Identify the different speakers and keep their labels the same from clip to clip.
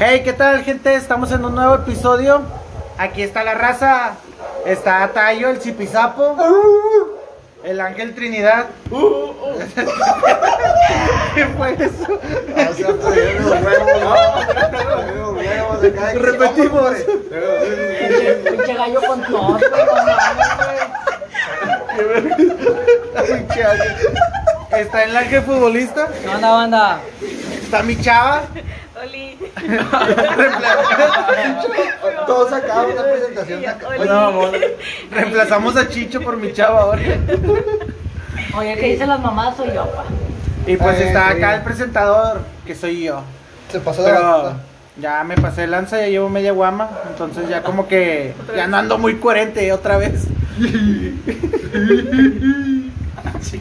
Speaker 1: Hey, ¿qué tal, gente? Estamos en un nuevo episodio. Aquí está la raza. Está Tayo, el Chipizapo. El Ángel Trinidad. ¿Qué fue eso?
Speaker 2: O sea, pues, yo digo, huevos, ¿no? Yo digo, huevos, de cada quien.
Speaker 1: Repetimos.
Speaker 2: Vamos, hombre.
Speaker 3: Pinche gallo con todo, güey, no mames, güey.
Speaker 1: Pinche Ángel. Está el Ángel Futbolista.
Speaker 3: ¿Qué onda, banda?
Speaker 1: Está mi chava.
Speaker 4: Oli.
Speaker 2: Pero, Todos acabamos la presentación.
Speaker 4: Yo,
Speaker 2: acá.
Speaker 4: Oli.
Speaker 1: Bueno, vamos. Reemplazamos a Chicho por mi chava ahora.
Speaker 3: Oye, el que dice las mamás soy yo, pa.
Speaker 1: Y pues
Speaker 2: Eh,
Speaker 1: está
Speaker 2: está bien.
Speaker 1: acá el presentador, que soy yo.
Speaker 2: Se pasó de
Speaker 1: Pero
Speaker 2: la
Speaker 1: Ah. ya me pasé de lanza, ya llevo media guama, entonces ya como que ya no ando muy coherente otra vez.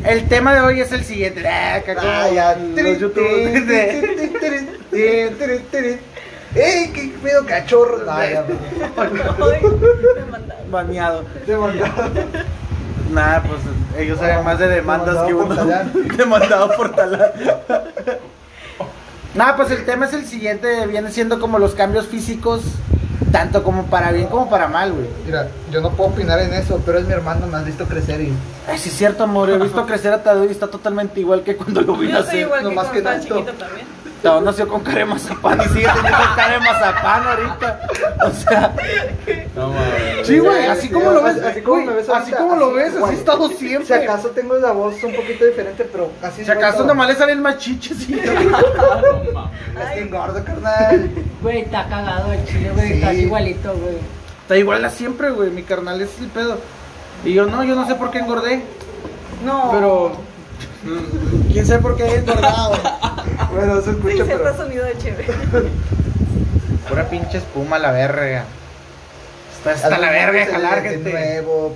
Speaker 1: El tema de hoy es el siguiente. Ah, acá como
Speaker 2: Ah, ya,
Speaker 1: los
Speaker 2: tirin,
Speaker 1: youtubers de-
Speaker 2: tirin, tirin, tirin, tirin, tirin. ¡Ey, qué pedo cachorro! Ay, ya, ya.
Speaker 4: Ay, me mandaron.
Speaker 1: baneado.
Speaker 2: Te mandaron.
Speaker 1: Nada, pues ellos saben más de demandas que uno
Speaker 2: Demandado por
Speaker 1: demandado por talar. Nada, pues el tema es el siguiente, viene siendo como los cambios físicos, tanto como para bien como para mal, güey.
Speaker 2: Mira, yo no puedo opinar en eso, pero es mi hermano, me has visto crecer y
Speaker 1: Ay, sí es cierto, amor. He visto crecer a Tadeo y está totalmente igual que cuando lo vi
Speaker 4: Yo soy
Speaker 1: nacer.
Speaker 4: igual
Speaker 2: no
Speaker 4: que
Speaker 2: más
Speaker 4: cuando
Speaker 2: que
Speaker 4: estaba
Speaker 2: tanto.
Speaker 4: chiquito también.
Speaker 1: Tadeo nació con cara de mazapán y sigue teniendo cara de mazapán ahorita. O sea,
Speaker 5: No mames.
Speaker 1: sí, güey,
Speaker 2: Sí,
Speaker 1: así
Speaker 2: sí,
Speaker 1: como lo
Speaker 2: así-
Speaker 1: ves,
Speaker 2: así como
Speaker 1: güey,
Speaker 2: me ves
Speaker 1: así
Speaker 2: ahorita,
Speaker 1: como lo
Speaker 2: así,
Speaker 1: ves, así
Speaker 2: igual.
Speaker 1: he estado
Speaker 2: Si
Speaker 1: siempre.
Speaker 2: acaso tengo la voz un poquito diferente, pero casi
Speaker 1: Si acaso nomás le salen más chiches y
Speaker 5: No mames.
Speaker 2: Es que engordo, carnal.
Speaker 3: Güey, está cagado el chile, güey,
Speaker 2: Sí.
Speaker 3: estás igualito, güey.
Speaker 1: Está igual a siempre, güey. Mi carnal es el pedo. Y yo no, yo no sé por qué engordé,
Speaker 4: No.
Speaker 1: pero
Speaker 2: ¿Quién sabe por qué he engordado? bueno, se
Speaker 4: Sí,
Speaker 2: escucha,
Speaker 4: cierto
Speaker 2: pero...
Speaker 4: sonido de chévere.
Speaker 1: pura pinche espuma la verga. Está hasta la verga,
Speaker 2: de
Speaker 1: jalar,
Speaker 2: De
Speaker 1: gente.
Speaker 2: nuevo.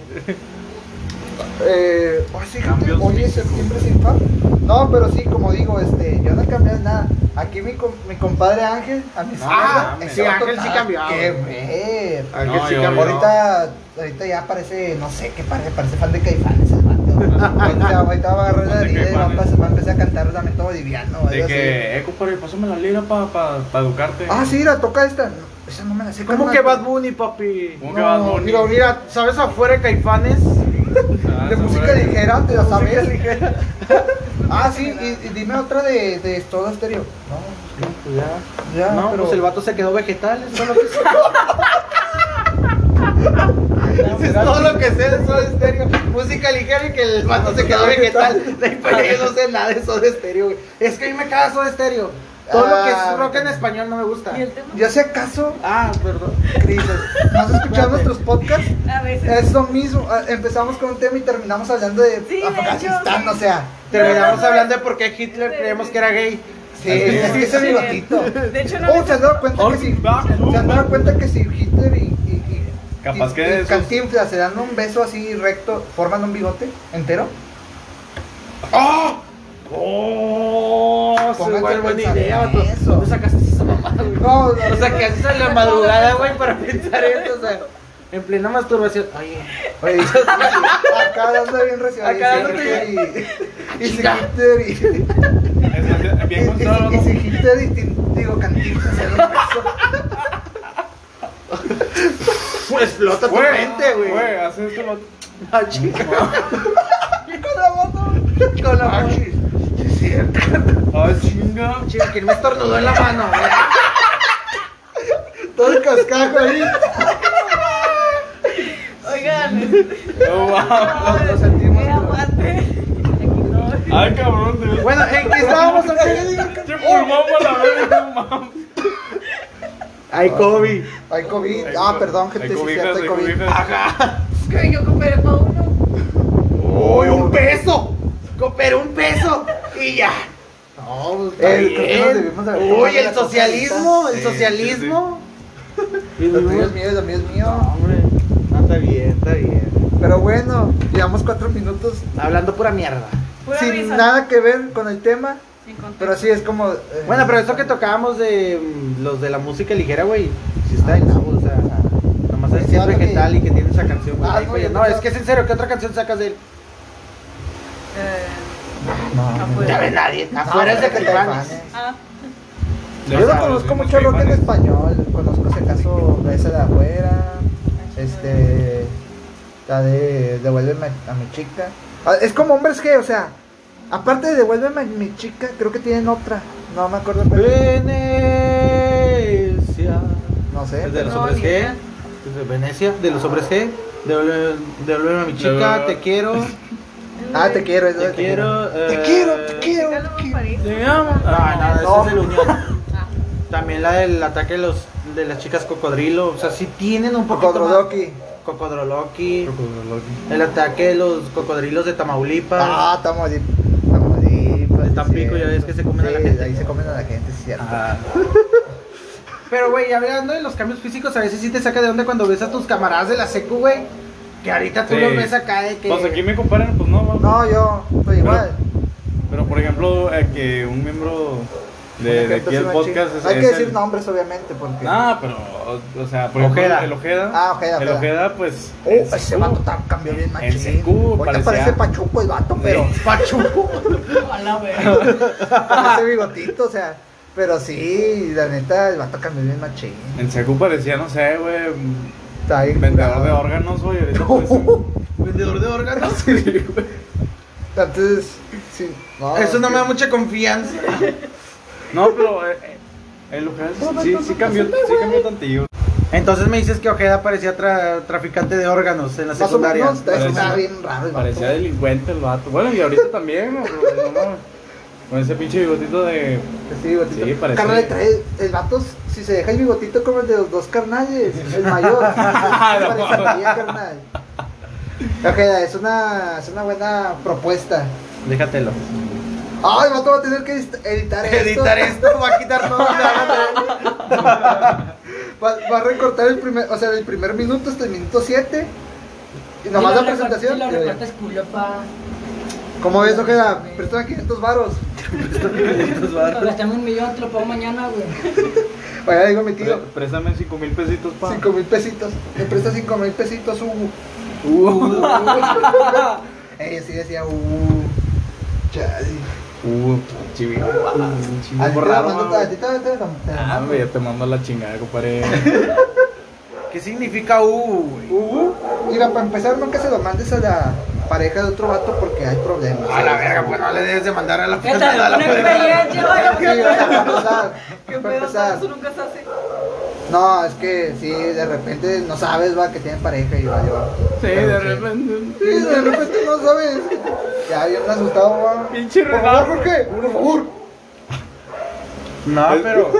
Speaker 2: Eh, oh, sí, gente,
Speaker 5: Cambios
Speaker 2: oye,
Speaker 5: físicos.
Speaker 2: septiembre sin par. No, pero sí, como digo, este, yo no he cambiado nada. Aquí mi, com- mi compadre Ángel, a mi
Speaker 1: Ah,
Speaker 2: izquierda,
Speaker 1: sí,
Speaker 2: ese
Speaker 1: Ángel
Speaker 2: vato-
Speaker 1: sí cambió,
Speaker 2: Ah, Qué
Speaker 1: güey.
Speaker 2: ver.
Speaker 1: Ángel
Speaker 5: No,
Speaker 1: sí
Speaker 5: yo-
Speaker 1: cambió.
Speaker 5: yo-
Speaker 2: Ahorita, ahorita ya parece, no sé qué parece, parece fan de Caifanes el vato. Ahorita, ahorita va a agarrar la
Speaker 5: Fan de
Speaker 2: lira y va a,
Speaker 5: Caifanes.
Speaker 2: pas- va a empezar a cantar también todo liviano.
Speaker 5: De
Speaker 2: algo así.
Speaker 5: que, eh, compadre, pásame la lira para pa, pa educarte.
Speaker 2: Ah, sí, la toca esta. No, esa no me la sé.
Speaker 1: ¿Cómo
Speaker 2: carnal.
Speaker 1: que Bad Bunny, papi?
Speaker 5: ¿Cómo que Bad
Speaker 2: No,
Speaker 5: Bunny?
Speaker 1: Mira, mira, ¿sabes afuera de Caifanes?
Speaker 5: Ah,
Speaker 2: De
Speaker 5: esa
Speaker 2: música
Speaker 5: madre.
Speaker 2: ligera, te la sabes. Ah, sí, y, y dime otra de, de Soda Stereo. No, pues ya,
Speaker 1: no,
Speaker 2: pero.
Speaker 1: pues el vato se quedó vegetal, eso es lo que sé. Eso es todo lo que sé de Soda Stereo. Música ligera y que el vato se quedó vegetal. De ahí para allá yo no sé nada de Soda Stereo, güey. Es que a mí me caga Soda Stereo. Todo lo que
Speaker 2: Ah.
Speaker 1: es rock en español no me gusta.
Speaker 4: ¿Y el tema?
Speaker 2: Ya si acaso,
Speaker 1: Ah, perdón.
Speaker 2: Cris, ¿no has escuchado nuestros podcasts?
Speaker 4: A veces.
Speaker 2: Es lo mismo. ah, Empezamos con un tema y terminamos hablando de
Speaker 4: Sí, de
Speaker 2: Afganistán,
Speaker 4: hecho,
Speaker 2: o sea.
Speaker 1: Terminamos
Speaker 4: no, no.
Speaker 1: hablando de por qué Hitler creíamos que era gay.
Speaker 2: Sí,
Speaker 5: es
Speaker 2: es
Speaker 5: que
Speaker 2: que es
Speaker 4: sí.
Speaker 2: el gatito.
Speaker 4: De hecho, no.
Speaker 2: Oh, se han dado cuenta que si. Se han dado cuenta que si Hitler y. y- y-
Speaker 5: Capaz
Speaker 2: y-
Speaker 5: que
Speaker 2: y
Speaker 5: esos-
Speaker 2: Cantinflas se dan un beso así recto, forman un bigote entero.
Speaker 5: ¡Oh! ¡Oh!
Speaker 2: Pónganse
Speaker 1: Igual
Speaker 2: a
Speaker 1: buena
Speaker 2: pensar
Speaker 1: idea, vato.
Speaker 2: eso.
Speaker 1: ¿Dónde sacaste esa mamada, güey?
Speaker 2: No, no,
Speaker 1: O sea, que haces a la madrugada, güey, para pensar eso, o sea, en plena masturbación. Oye,
Speaker 2: Oye, acá anda bien recibido.
Speaker 1: Acá anda
Speaker 2: y, y si Hitler y, y,
Speaker 5: Es- es bien controlado,
Speaker 2: y,
Speaker 5: ¿no?
Speaker 2: si Hitler y Tin- digo Cantinflas se dan un beso.
Speaker 1: explota tu
Speaker 5: Güey,
Speaker 1: mente, güey.
Speaker 5: Güey, hace esto lo-
Speaker 1: Ah, chica.
Speaker 2: con la moto.
Speaker 1: Con la mano.
Speaker 5: ¡Ah, chinga!
Speaker 1: Chica, ¿quién me estornudó en la mano? güey?
Speaker 2: Todo el cascajo ahí.
Speaker 4: Oigan,
Speaker 5: No mames.
Speaker 2: Lo sentimos.
Speaker 4: me aguante. Aquí no.
Speaker 5: ¡Ay, cabrón! te ves-
Speaker 1: Bueno, ¿en qué estábamos hablando?
Speaker 5: ¡Qué pulmón para la verga, no mames!
Speaker 1: Ay, Kobe.
Speaker 2: Hay COVID.
Speaker 5: Hay
Speaker 2: Ah,
Speaker 5: co-
Speaker 2: perdón, gente.
Speaker 5: hay
Speaker 2: sí,
Speaker 5: cobijas,
Speaker 2: cierto, hay
Speaker 5: hay
Speaker 2: COVID.
Speaker 5: cobijas.
Speaker 4: Es que yo compré para uno.
Speaker 1: ¡Uy, un peso! Cooperó un peso y ya.
Speaker 2: No, pues, está
Speaker 1: El,
Speaker 2: bien, creo que nos debimos de haber tomado
Speaker 1: uy, el
Speaker 2: la coca
Speaker 1: socialismo, el
Speaker 5: Sí,
Speaker 1: socialismo.
Speaker 2: ahorita. Lo mío es mío, lo mío es mío.
Speaker 1: hombre. No, está bien, está bien.
Speaker 2: Pero bueno, llevamos cuatro minutos
Speaker 1: Hablando pura mierda.
Speaker 4: Pura
Speaker 2: sin
Speaker 4: risa.
Speaker 2: nada que ver con el tema.
Speaker 4: Sin contexto.
Speaker 2: Pero sí, es como. eh,
Speaker 1: Bueno, pero eso que tocábamos de mm, los de la música ligera, güey, sí está
Speaker 2: Ah,
Speaker 1: en chavo, o sea, nomás es
Speaker 2: Ese
Speaker 1: que es
Speaker 2: vato que-
Speaker 1: vegetal y que tiene esa canción, güey.
Speaker 2: Ah,
Speaker 1: Ahí
Speaker 2: no,
Speaker 1: falla.
Speaker 2: yo
Speaker 1: no,
Speaker 2: pensaba-
Speaker 1: es que es en serio, ¿qué otra canción sacas de él?
Speaker 4: Eh,
Speaker 2: No,
Speaker 4: afuera.
Speaker 1: nadie.
Speaker 2: Afuera
Speaker 1: Afuera es de
Speaker 2: Caifanes.
Speaker 1: Caifanes.
Speaker 4: Ah,
Speaker 5: Ya
Speaker 2: Yo no
Speaker 5: sabes,
Speaker 2: conozco
Speaker 5: bien,
Speaker 2: mucho
Speaker 5: los
Speaker 2: rock en
Speaker 5: caifanes.
Speaker 2: español. Conozco ese caso de esa de afuera. Este. La de Devuélveme a mi chica. Ah, Es como hombres G, o sea. Aparte de Devuélveme a mi chica, creo que tienen otra. No me acuerdo. cuál
Speaker 1: Eh,
Speaker 2: es.
Speaker 1: Venecia.
Speaker 2: No sé.
Speaker 1: ¿Es de los
Speaker 4: No,
Speaker 1: hombres
Speaker 4: ni
Speaker 1: G?
Speaker 4: idea.
Speaker 1: ¿Es de Venecia? ¿De los hombres G? Devuelve- Devuélveme a mi chica, te quiero,
Speaker 2: Ah, te quiero. es de
Speaker 1: te quiero.
Speaker 2: Te
Speaker 1: eh,
Speaker 2: quiero, te quiero.
Speaker 4: Déjalo en París.
Speaker 5: Te amo.
Speaker 1: Ah, no, esa
Speaker 2: No.
Speaker 1: es de la Unión. También la del ataque de, los, de las chicas cocodrilo. O sea, sí tienen un poquito más.
Speaker 2: Cocodrodoki.
Speaker 1: Cocodroloqui. El ataque de los cocodrilos de Tamaulipas.
Speaker 2: Ah, estamos allí. Estamos allí. pues,
Speaker 1: De Tampico,
Speaker 2: sí,
Speaker 1: ya ves que se comen a la
Speaker 2: sí,
Speaker 1: gente.
Speaker 2: Ahí se comen a la gente, es cierto.
Speaker 1: Ah. Pero, güey, hablando de los cambios físicos, a veces sí te saca de onda cuando ves a tus camaradas de la secu, güey. Que ahorita tú
Speaker 5: Sí.
Speaker 1: los ves acá de que.
Speaker 5: Pues aquí me comparan, pues no, vamos.
Speaker 2: No, yo estoy igual.
Speaker 5: Pero por ejemplo, eh, que un miembro de, de aquí
Speaker 2: Entonces,
Speaker 5: del
Speaker 2: una
Speaker 5: podcast
Speaker 2: chica-
Speaker 5: es.
Speaker 2: Hay que
Speaker 5: es
Speaker 2: decir
Speaker 5: el- Ah,
Speaker 2: nombres, obviamente, porque.
Speaker 5: No, pero, o, o sea, por
Speaker 1: Ojeda.
Speaker 5: ejemplo, el Ojeda.
Speaker 2: Ah, Ojeda,
Speaker 5: El
Speaker 2: Ojeda.
Speaker 5: Ojeda, pues.
Speaker 2: Oh,
Speaker 5: en
Speaker 2: ese
Speaker 5: Secu,
Speaker 2: vato tan cambió bien
Speaker 5: En
Speaker 2: machín.
Speaker 5: Secu,
Speaker 2: Ahorita parece
Speaker 5: parecía-
Speaker 2: pachuco el vato, pero
Speaker 1: Pachuco.
Speaker 3: A la verga.
Speaker 2: ese bigotito, o sea. Pero sí, la neta, el vato cambió bien machín.
Speaker 5: En Secu parecía, no sé, güey. mm,
Speaker 2: Está bien
Speaker 5: Vendedor
Speaker 2: curado.
Speaker 5: de órganos, güey. Ahorita pues, mm. parece un-
Speaker 1: Vendedor de órganos.
Speaker 5: Sí, güey.
Speaker 2: Entonces, sí.
Speaker 1: Eso no
Speaker 2: es
Speaker 1: me da
Speaker 2: que-
Speaker 1: mucha confianza.
Speaker 5: No, pero. eh, eh, el Ojeda sí, sí cambió, sí cambió tantillo.
Speaker 1: Entonces me dices que Ojeda parecía tra- traficante de órganos en la
Speaker 2: Más o
Speaker 1: secundaria.
Speaker 2: menos, está- está
Speaker 5: Parecía-
Speaker 2: bien raro el vato.
Speaker 5: Parecía delincuente el vato. Bueno, y ahorita también, güey, no mames. Con ese pinche bigotito de.
Speaker 2: Pues Sí, bigotito.
Speaker 5: Sí, parece-
Speaker 2: Carnal, trae- el vato, si se deja el bigotito como el de los dos carnales, el mayor.
Speaker 1: Ah,
Speaker 2: parecería, carnal. Ojeda, es una, es una buena propuesta.
Speaker 1: Déjatelo.
Speaker 2: Ay, el vato va a tener que edit- editar esto.
Speaker 1: Editar esto va a quitar todo.
Speaker 2: Va, va a recortar el primer, o sea, del primer minuto hasta el minuto 7. Y nomás la presentación.
Speaker 3: Si lo
Speaker 2: y luego ya.
Speaker 3: recortas culo, pa.
Speaker 2: ¿Cómo ves, Ojeda? Préstame 500 varos. pues.
Speaker 3: Gastame un millón, te lo pago mañana, güey.
Speaker 2: Vaya, digo a mi tío.
Speaker 5: Pre- Préstame 5 mil pesitos, pa.
Speaker 2: 5 mil pesitos. Me presta 5 mil pesitos, Hugo.
Speaker 5: Uh,
Speaker 2: Ella sí decía, uh. Chale.
Speaker 5: uh, chivijo.
Speaker 2: Ah,
Speaker 5: Uh,
Speaker 2: A ti
Speaker 5: chivijo
Speaker 2: te la
Speaker 5: raro,
Speaker 2: mando- a
Speaker 5: mami.
Speaker 2: ti te la- te la- te la
Speaker 5: Ah,
Speaker 2: mando.
Speaker 5: güey, ya te mando a la chingada, compadre.
Speaker 1: ¿Qué significa U, güey?
Speaker 2: Uh, Mira, para empezar, nunca se lo mandes a la pareja de otro vato porque hay problemas.
Speaker 1: A la verga, pues no le debes de mandar a la
Speaker 3: ¿Qué tal?
Speaker 1: a la
Speaker 3: Una
Speaker 1: verga.
Speaker 3: experiencia,
Speaker 2: Sí, Pues, o sea,
Speaker 3: güey.
Speaker 2: para empezar,
Speaker 4: ¿Qué
Speaker 2: para
Speaker 4: pedo?
Speaker 2: empezar.
Speaker 4: Eso nunca se hace.
Speaker 2: No, es que sí, de repente no sabes, va, que tienen pareja y va, y va.
Speaker 5: Sí, de repente.
Speaker 2: Sí, de repente no sabes. Ya, bien asustado, va.
Speaker 5: Pinche
Speaker 2: Por favor,
Speaker 5: relajo.
Speaker 2: Jorge, por favor.
Speaker 1: No,
Speaker 2: Eh.
Speaker 1: pero.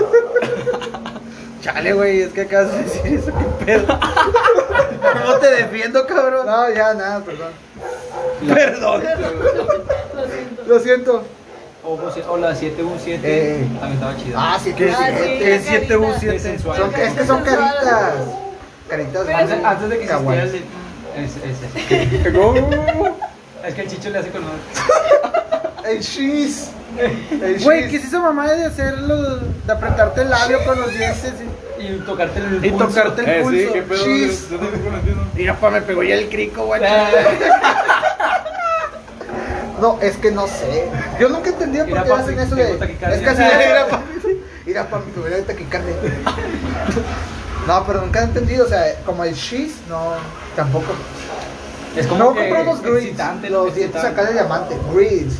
Speaker 1: Chale, güey, es que acabas de decir eso, qué pedo. No te defiendo, cabrón.
Speaker 2: No, ya, nada, perdón.
Speaker 1: Perdón.
Speaker 2: Lo siento.
Speaker 6: O, o la 717
Speaker 2: Eh.
Speaker 6: también estaba chida.
Speaker 2: Ah, sí,
Speaker 1: ¿Qué
Speaker 2: que
Speaker 1: es
Speaker 4: Ah, sí,
Speaker 1: ¿Qué es
Speaker 4: la
Speaker 1: 7 u
Speaker 4: carita.
Speaker 1: 7?
Speaker 6: Sensual.
Speaker 2: Son- es
Speaker 1: este
Speaker 2: que son caritas. Caritas
Speaker 6: antes, antes de que
Speaker 2: kawaii.
Speaker 6: existiera el. Es, es, es, es que el chicho le hace con los.
Speaker 2: El cheese. El
Speaker 1: Güey,
Speaker 2: cheese.
Speaker 1: ¿qué es esa mamá de hacerlo, de apretarte el labio con los dientes? y-
Speaker 6: Y tocarte el.
Speaker 1: Y
Speaker 6: pulso.
Speaker 1: tocarte el
Speaker 5: Eh, sí,
Speaker 1: pulso.
Speaker 5: qué pedo.
Speaker 2: Chis.
Speaker 5: Yo tampoco lo entiendo.
Speaker 1: Mira, pa, me pegó ya el crico, güey.
Speaker 6: Eh,
Speaker 2: No, es que no sé. Yo nunca entendía por
Speaker 6: Mira,
Speaker 2: qué
Speaker 6: papi,
Speaker 2: hacen eso
Speaker 6: tengo
Speaker 2: de.
Speaker 6: taquicardia.
Speaker 2: Es casi de mira, papi. Mira, papi, me hubiera taquicardia. No, pero nunca he entendido. O sea, como el cheese, no, tampoco.
Speaker 6: Es como.
Speaker 2: No
Speaker 6: que
Speaker 2: compró los greens,
Speaker 6: excitante,
Speaker 2: los dientes
Speaker 6: excitante.
Speaker 2: acá de diamante. Greens.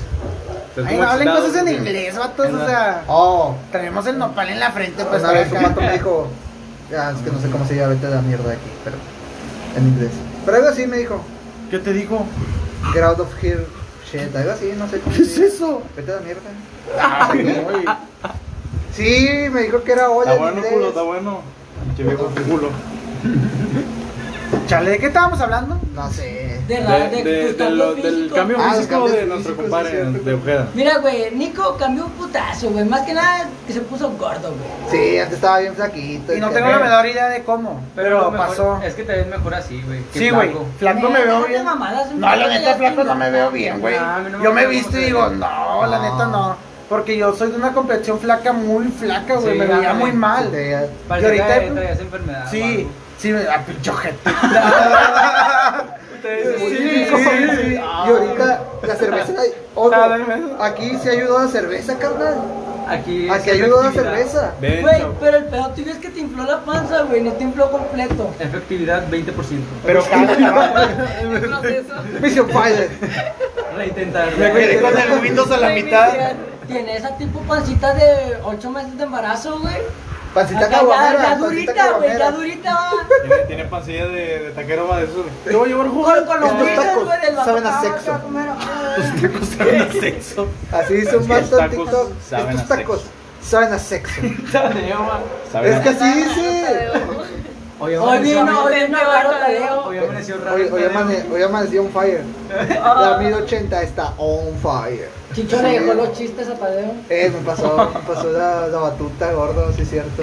Speaker 1: Ay,
Speaker 5: Estás como
Speaker 1: no, hablen
Speaker 5: excitado,
Speaker 1: cosas en
Speaker 5: güey.
Speaker 1: inglés, vatos, o
Speaker 6: ¿Verdad?
Speaker 1: sea.
Speaker 2: Oh,
Speaker 1: Tenemos el nopal en la frente, pues.
Speaker 2: pues una vez
Speaker 1: acá.
Speaker 2: un vato me dijo. Ya, es que no sé cómo se llama, vete a la mierda de aquí, pero. En inglés. Pero algo así me dijo.
Speaker 1: ¿Qué te dijo?
Speaker 2: Get out of here, shit. Algo así, no sé cómo.
Speaker 1: ¿Qué es
Speaker 2: se dice.
Speaker 1: eso?
Speaker 2: Vete a la mierda.
Speaker 5: Ay, güey.
Speaker 2: Sí, me dijo que era olla.
Speaker 5: Está
Speaker 2: en
Speaker 5: bueno,
Speaker 2: inglés.
Speaker 5: culo, está bueno. Pinche viejo culo.
Speaker 1: Chale, ¿de qué estábamos hablando?
Speaker 2: No sé.
Speaker 3: De, la-
Speaker 5: De, de,
Speaker 3: tus
Speaker 5: de lo-
Speaker 3: cambios
Speaker 5: del
Speaker 3: físicos.
Speaker 5: cambio
Speaker 2: Ah, los
Speaker 5: físico
Speaker 2: cambios
Speaker 5: de nuestro
Speaker 2: físicos, sí,
Speaker 5: compadre,
Speaker 2: cierto.
Speaker 5: de Ojeda.
Speaker 3: Mira, güey, Nico cambió un putazo, güey. Más que nada que se puso gordo, güey.
Speaker 2: Sí, antes estaba bien flaquito.
Speaker 1: Y no tengo la menor idea de cómo,
Speaker 6: Pero
Speaker 1: pero
Speaker 6: mejor-
Speaker 1: pasó.
Speaker 6: Es que te ves mejor así, güey. que
Speaker 1: Sí, güey,
Speaker 6: blanco.
Speaker 1: flaco me
Speaker 3: Mira,
Speaker 1: veo
Speaker 3: déjate
Speaker 1: bien.
Speaker 3: mamadas, un
Speaker 1: No, la
Speaker 3: flaco
Speaker 1: neta,
Speaker 3: ya
Speaker 1: flaco no
Speaker 3: tengo.
Speaker 1: me veo bien, güey.
Speaker 6: No, a mí no me
Speaker 1: Yo me he
Speaker 6: veo
Speaker 1: visto
Speaker 6: como
Speaker 1: y
Speaker 6: te
Speaker 1: digo,
Speaker 6: ves.
Speaker 1: no, la
Speaker 2: No.
Speaker 1: neta no. Porque yo soy de una complexión flaca, muy flaca, güey.
Speaker 6: Sí,
Speaker 1: me veía
Speaker 6: ándale.
Speaker 1: muy mal.
Speaker 2: Sí,
Speaker 1: Y
Speaker 6: Parece que
Speaker 1: ahorita.
Speaker 6: traía- traías enfermedad. o
Speaker 1: Sí,
Speaker 6: algo.
Speaker 1: sí, me da pinche ojete.
Speaker 5: Sí,
Speaker 1: sí,
Speaker 5: sí,
Speaker 1: sí.
Speaker 6: Ah,
Speaker 5: sí.
Speaker 2: Y ahorita la cerveza. ay, Oro,
Speaker 5: Nada, nada.
Speaker 2: aquí se ayudó la cerveza, carnal.
Speaker 6: Aquí.
Speaker 2: Aquí hay
Speaker 6: una
Speaker 2: una
Speaker 6: actividad.
Speaker 2: cerveza.
Speaker 5: Ven,
Speaker 3: Güey,
Speaker 5: chavo.
Speaker 3: pero el pedo tuyo es que te infló la panza, güey, no te infló completo.
Speaker 6: Efectividad 20%.
Speaker 5: Pero
Speaker 4: El proceso.
Speaker 2: Vicio Pilot.
Speaker 6: Reintentar.
Speaker 1: Me quedé con el Windows a la mitad.
Speaker 3: Tiene esa tipo pancita de 8 meses de embarazo, güey.
Speaker 2: Pancita
Speaker 3: Acá ya,
Speaker 2: caguamera.
Speaker 3: ya
Speaker 2: pancita
Speaker 3: durita, güey, ya
Speaker 2: caguamera.
Speaker 3: durita. va.
Speaker 5: tiene, tiene pancilla de, de taquero va de eso. Yo voy a llevar
Speaker 3: Con, con los
Speaker 2: Estos
Speaker 3: brillos,
Speaker 2: tacos
Speaker 3: güey, del vato
Speaker 2: saben a
Speaker 3: acá,
Speaker 2: sexo.
Speaker 3: acá, comer, ah.
Speaker 5: sexo.
Speaker 2: Así dice un
Speaker 5: Estos
Speaker 2: vato en
Speaker 5: tacos
Speaker 2: TikTok.
Speaker 5: saben a
Speaker 2: Estos tacos
Speaker 5: sexo.
Speaker 2: saben a sexo.
Speaker 5: ¿Sabes?
Speaker 2: Es que así dice.
Speaker 4: Tadeo.
Speaker 6: Hoy
Speaker 3: Hoy vino, hoy vino
Speaker 4: Hoy
Speaker 3: raro,
Speaker 4: amaneció-
Speaker 6: Hoy amaneció raro.
Speaker 2: Hoy, hoy, amane- hoy amaneció on fire. La
Speaker 3: Ah.
Speaker 2: 1080 está on fire.
Speaker 3: Chicho le dejó los chistes a Tadeo.
Speaker 2: Eh, me pasó, me pasó la, la batuta, gordo, sí es cierto.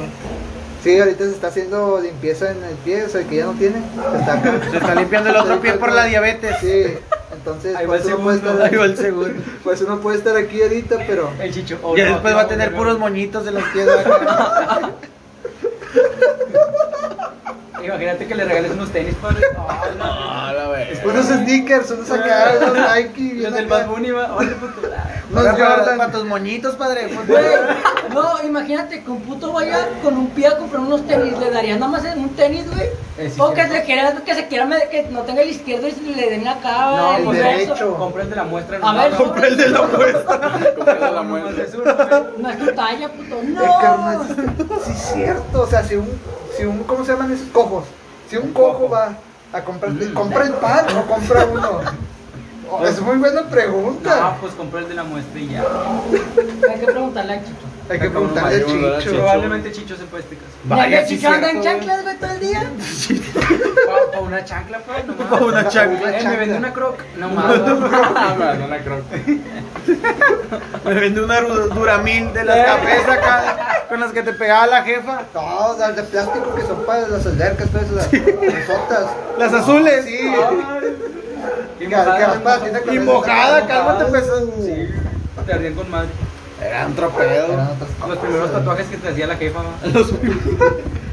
Speaker 2: Sí, ahorita se está haciendo limpieza en el pie, o sea, el que ya no tiene. Se está, acá.
Speaker 1: Se está limpiando el otro pie por la diabetes.
Speaker 2: Sí, entonces
Speaker 6: Ahí va
Speaker 2: pues
Speaker 6: el Eh.
Speaker 2: uno, puede
Speaker 6: segundo.
Speaker 2: estar,
Speaker 1: Ahí va el segundo.
Speaker 2: pues uno puede estar aquí ahorita, pero...
Speaker 6: El chicho.
Speaker 1: Y después va a tener puros moñitos de los pies. ¿verdad?
Speaker 6: Imagínate que le regales unos tenis padre. Ah,
Speaker 5: Ah, la verga.
Speaker 2: Unos sneakers, unos acá, unos Nike,
Speaker 6: Los
Speaker 2: bien
Speaker 6: del
Speaker 2: acá.
Speaker 6: Bad Bunny va. pues, Oye, puto.
Speaker 2: Unos
Speaker 1: Para- para-
Speaker 2: Jordan.
Speaker 1: Para tus moñitos, padre. pues,
Speaker 3: Güey,
Speaker 1: güey.
Speaker 3: no, imagínate que un puto vaya con un pie a comprar unos tenis, le darías nada más un tenis, güey.
Speaker 6: Eh, sí,
Speaker 3: o que
Speaker 6: sí.
Speaker 3: se quiera, que se quiera, me- que no tenga el izquierdo y se le den acá,
Speaker 6: No,
Speaker 3: güey,
Speaker 6: pues,
Speaker 3: eso.
Speaker 2: derecho.
Speaker 6: Compra el de la muestra.
Speaker 3: A ver,
Speaker 6: compra
Speaker 3: el de
Speaker 5: Compré la muestra.
Speaker 6: la
Speaker 3: No es tu talla, puto,
Speaker 2: Eh,
Speaker 3: no.
Speaker 2: carnal, sí es cierto, o sea, si un, si un, ¿cómo se llaman esos cojos? Si un cojo va a comprar, compra el pan o compra uno. Oh, es muy buena
Speaker 6: No,
Speaker 2: pregunta.
Speaker 6: pues compré el de la muestra y ya.
Speaker 3: Hay que preguntarle a Chicho.
Speaker 2: Hay que
Speaker 6: Acabo de
Speaker 2: preguntarle a
Speaker 5: mandar un
Speaker 2: Chicho.
Speaker 5: dólar
Speaker 6: Probablemente Chicho se puede este caso.
Speaker 3: Mira que
Speaker 5: sí
Speaker 3: Chicho anda en
Speaker 5: cierto,
Speaker 3: chanclas, güey, todo el día.
Speaker 6: Pa, pa' una chancla, pues, no mames.
Speaker 1: Pa' una
Speaker 6: Eh,
Speaker 1: chancla.
Speaker 6: me vende una croc. No mames.
Speaker 5: Ah, me mandó una croc.
Speaker 1: Me vende una Ru- duramil de
Speaker 6: Eh.
Speaker 1: las cafés acá con las que te pegaba la jefa.
Speaker 2: No, las de plástico que son para las albercas, todas esas pesotas.
Speaker 1: Las azules.
Speaker 2: Sí.
Speaker 6: Y
Speaker 2: Que- que van para la
Speaker 6: mojada.
Speaker 2: tienda con
Speaker 1: Y
Speaker 2: esas-
Speaker 1: mojada, cálmate, pues.
Speaker 6: Sí, te ardían con madre.
Speaker 1: Era un
Speaker 2: Eran
Speaker 1: tropeo.
Speaker 2: otras
Speaker 6: Los
Speaker 2: cosas.
Speaker 6: primeros tatuajes que te hacía la jefa. ma.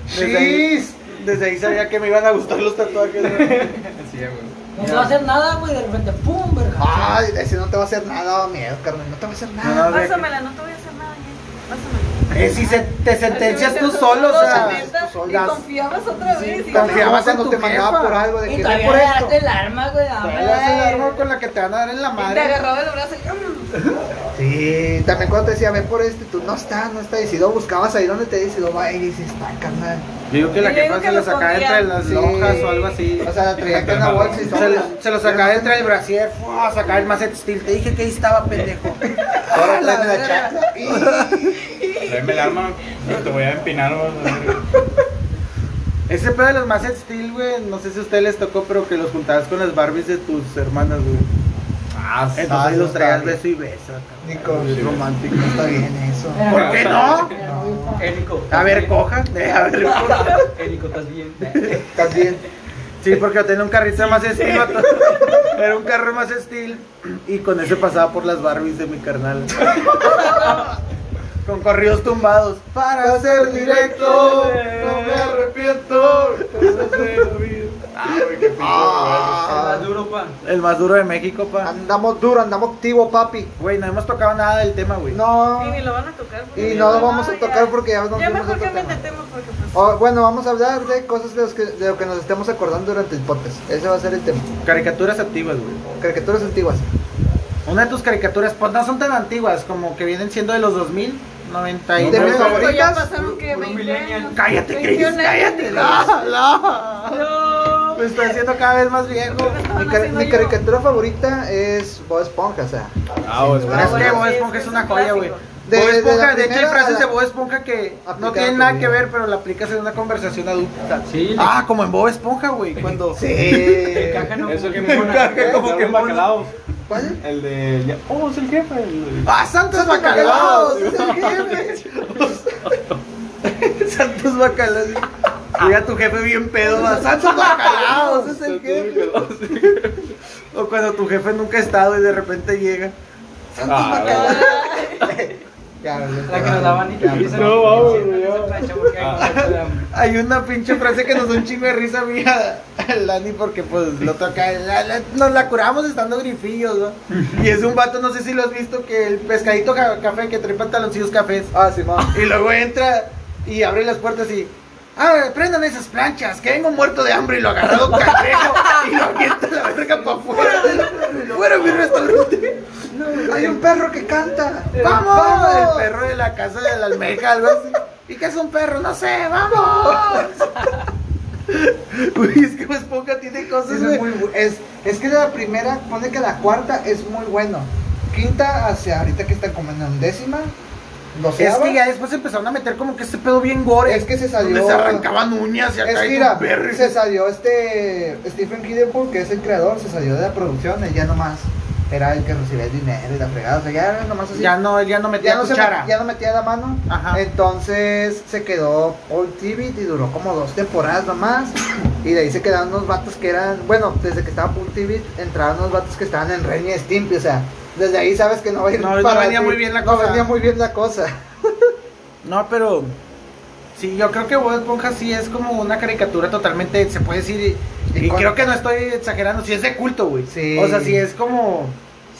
Speaker 1: Desde ahí, desde ahí sabía que me iban a gustar los tatuajes. ¿no?
Speaker 6: Sí, güey.
Speaker 3: No se va a hacer nada, güey, de repente, pum, verga.
Speaker 2: Ay, ese no te va a hacer nada, oh, miedo, carnal. No te va a hacer nada.
Speaker 4: Pásamela, no te voy a hacer nada, ya. Pásamela.
Speaker 1: Eh, si se- te sentencias tú solo, o sea.
Speaker 2: tú sola.
Speaker 4: Y confiabas otra vez. y-
Speaker 2: Confiabas
Speaker 1: Confiabas en
Speaker 2: cuando
Speaker 1: tu
Speaker 2: te mandaba
Speaker 1: jefa.
Speaker 2: por algo de
Speaker 3: Y
Speaker 2: que
Speaker 3: todavía
Speaker 2: "Ve por
Speaker 3: le daste
Speaker 2: esto.
Speaker 3: el arma, güey, a
Speaker 1: Te das Ah, el
Speaker 3: ver.
Speaker 1: árbol con la que te van a dar en la
Speaker 4: Y te
Speaker 1: madre.
Speaker 4: agarraba del brazo y. "Mm".
Speaker 2: Sí, también cuando te decía, ven por este, tú no está, no está. Y si lo buscabas ahí donde te dice, lo va y dices, está, carnal.
Speaker 1: Yo digo que la
Speaker 4: Yo digo
Speaker 1: jefa
Speaker 4: que
Speaker 1: se lo
Speaker 4: los
Speaker 1: sacaba
Speaker 4: pondría.
Speaker 1: entre las
Speaker 2: Sí.
Speaker 1: hojas o algo así.
Speaker 2: O sea, la traía acá en la bolsa y
Speaker 1: Se
Speaker 2: sola.
Speaker 1: lo, se lo sacaba de entre el brasier, ¡fua! sacaba el macete steel. Te dije que ahí estaba, pendejo.
Speaker 2: Ahora tráeme la chancla.
Speaker 5: Tráeme el arma. no Te voy a empinar. vamos a ver.
Speaker 1: Ese pedo de los macete steel, güey, no sé si a ustedes les tocó, pero que los juntabas con las Barbies de tus hermanas, güey.
Speaker 5: Ah, sí.
Speaker 1: Entonces
Speaker 2: eso
Speaker 1: los traías
Speaker 2: está bien.
Speaker 1: beso y beso. acá.
Speaker 2: Nico, romántico, está bien eso.
Speaker 3: Mira,
Speaker 1: ¿Por
Speaker 3: mira,
Speaker 1: qué
Speaker 3: mira,
Speaker 1: no?
Speaker 3: mira, güey,
Speaker 6: Érico.
Speaker 1: A
Speaker 6: ¿estás
Speaker 1: ver,
Speaker 6: bien?
Speaker 1: coja. eh, a ver, coja.
Speaker 6: Érico, ¿estás bien?
Speaker 2: Estás bien.
Speaker 1: Sí, porque yo tenía un carrito de más estilo. Era un carro más estilo. Y con ese pasaba por las Barbies de mi carnal. Con corridos tumbados. Para ser directo, no me arrepiento.
Speaker 5: Ah, güey, qué pinche
Speaker 2: Ah.
Speaker 5: lugar.
Speaker 6: Más duro, pa.
Speaker 1: El más duro de México, pa.
Speaker 2: Andamos duro, andamos activo, papi.
Speaker 1: Güey, no hemos tocado nada del tema, güey.
Speaker 2: No.
Speaker 4: Y ni lo van a tocar. porque
Speaker 2: Y
Speaker 4: ya-
Speaker 2: no lo vamos a
Speaker 4: ya.
Speaker 2: tocar porque ya nos
Speaker 4: Ya
Speaker 2: fuimos a
Speaker 4: mejor
Speaker 2: otro
Speaker 4: cambien
Speaker 2: tema.
Speaker 4: de tema porque pues.
Speaker 2: O, bueno, vamos a hablar de cosas de, los que, de lo que nos estemos acordando durante el podcast. Ese va a ser el tema.
Speaker 1: Caricaturas activas, güey.
Speaker 2: Caricaturas antiguas.
Speaker 1: Una de tus caricaturas, pues no son tan antiguas como que vienen siendo de los 2000, 90 y...
Speaker 2: ¿De mis
Speaker 5: pero-
Speaker 4: Pero ya
Speaker 2: favoritas?
Speaker 4: pasaron que
Speaker 6: Un
Speaker 4: 20
Speaker 6: millennial.
Speaker 4: años.
Speaker 1: Cállate, Cris,
Speaker 4: 21 años.
Speaker 1: cállate. No, no.
Speaker 4: No.
Speaker 1: Me estoy haciendo cada vez más viejo.
Speaker 2: Mi,
Speaker 4: Estaban
Speaker 2: car-
Speaker 4: haciendo
Speaker 2: mi
Speaker 4: yo.
Speaker 2: caricatura favorita es Bob Esponja, o sea.
Speaker 5: Ah, güey,
Speaker 1: Pero es que
Speaker 5: espera.
Speaker 1: Bob Esponja es una joya, güey.
Speaker 2: De-
Speaker 1: Bob
Speaker 2: de la
Speaker 1: Esponja, de, hecho, hay
Speaker 2: primera a
Speaker 1: frases
Speaker 2: la-
Speaker 1: de Bob Esponja que no
Speaker 2: Aplicada
Speaker 1: tienen nada que
Speaker 2: también.
Speaker 1: ver, pero la aplicas en una conversación adulta.
Speaker 6: Sí, le-
Speaker 1: Ah, como en Bob Esponja, güey. Cuando.
Speaker 2: Sí.
Speaker 6: Encaja, no.
Speaker 5: Eso que
Speaker 6: Como
Speaker 5: mona.
Speaker 1: que como
Speaker 5: Los
Speaker 1: que mona.
Speaker 5: bacalaos.
Speaker 2: ¿Cuál?
Speaker 5: El de. ya- Oh, es el jefe. el-
Speaker 1: ¡Ah, Santos Bacalaos!
Speaker 2: Bacalaos, es el jefe.
Speaker 1: Santos Bacalaos. Llega tu jefe bien pedo, va, ¡Santos Bacalaos! Es el jefe. O cuando tu jefe nunca ha estado y de repente llega.
Speaker 2: Santos
Speaker 5: Ah,
Speaker 2: Bacalaos.
Speaker 6: La que nos daban y
Speaker 2: Ya,
Speaker 6: y se
Speaker 5: no,
Speaker 6: nos-
Speaker 5: vamos,
Speaker 6: siempre
Speaker 5: ya.
Speaker 6: nos plancha porque
Speaker 5: Ah.
Speaker 6: hay mucho de hambre.
Speaker 1: Hay una pinche frase que nos da un chingo de risa mía al Dani porque pues lo toca, la- la- nos la curamos estando grifillos, ¿no? Y es un vato, no sé si lo has visto, que el pescadito ca- café que trae pantaloncillos cafés.
Speaker 2: Ah, Simón.
Speaker 1: Y luego entra y abre las puertas y. Ah, prendan esas planchas, que vengo muerto de hambre y lo agarrado cangrejo y lo avienta la verga para afuera. de- Fuera de mi restaurante.
Speaker 2: Hay un perro que canta.
Speaker 1: ¡Vamos! El perro de la casa de la almeja, algo así. ¿Y qué es un perro? No sé, ¡vamos! Güey, es que Bob Esponja tiene cosas,
Speaker 2: Eso es,
Speaker 1: güey.
Speaker 2: muy bu- es, es que la primera, pone que la cuarta es muy bueno. Quinta hacia ahorita que está como en undécima.
Speaker 1: Es
Speaker 2: doceava.
Speaker 1: que ya después empezaron a meter como que este pedo bien gore.
Speaker 2: Es que se
Speaker 1: donde
Speaker 2: salió.
Speaker 1: se arrancaban uñas y acá
Speaker 2: Es que
Speaker 1: hay
Speaker 2: mira,
Speaker 1: un perro.
Speaker 2: se salió este Stephen Kidderpool, que es el creador, se salió de la producción, él ya nomás era el que recibía el dinero y la fregada, o sea, ya era nomás así.
Speaker 1: Ya no, pues, ya no metía
Speaker 2: ya no, se met-
Speaker 1: cuchara.
Speaker 2: ya no metía la mano.
Speaker 1: Ajá.
Speaker 2: Entonces se quedó Old TV y duró como dos temporadas nomás. y de ahí se quedaron unos vatos que eran, bueno, desde que estaba Old TV entraron unos vatos que estaban en Ren y Stimpy, o sea, desde ahí sabes que no va a ir
Speaker 1: No, no venía muy bien la
Speaker 2: no
Speaker 1: cosa.
Speaker 2: venía muy bien la cosa.
Speaker 1: No, pero sí, yo creo que Bob Esponja sí es como una caricatura totalmente, se puede decir, y, y
Speaker 2: Icónica.
Speaker 1: creo que no estoy exagerando, sí es de culto, güey.
Speaker 2: Sí.
Speaker 1: O sea, sí es como,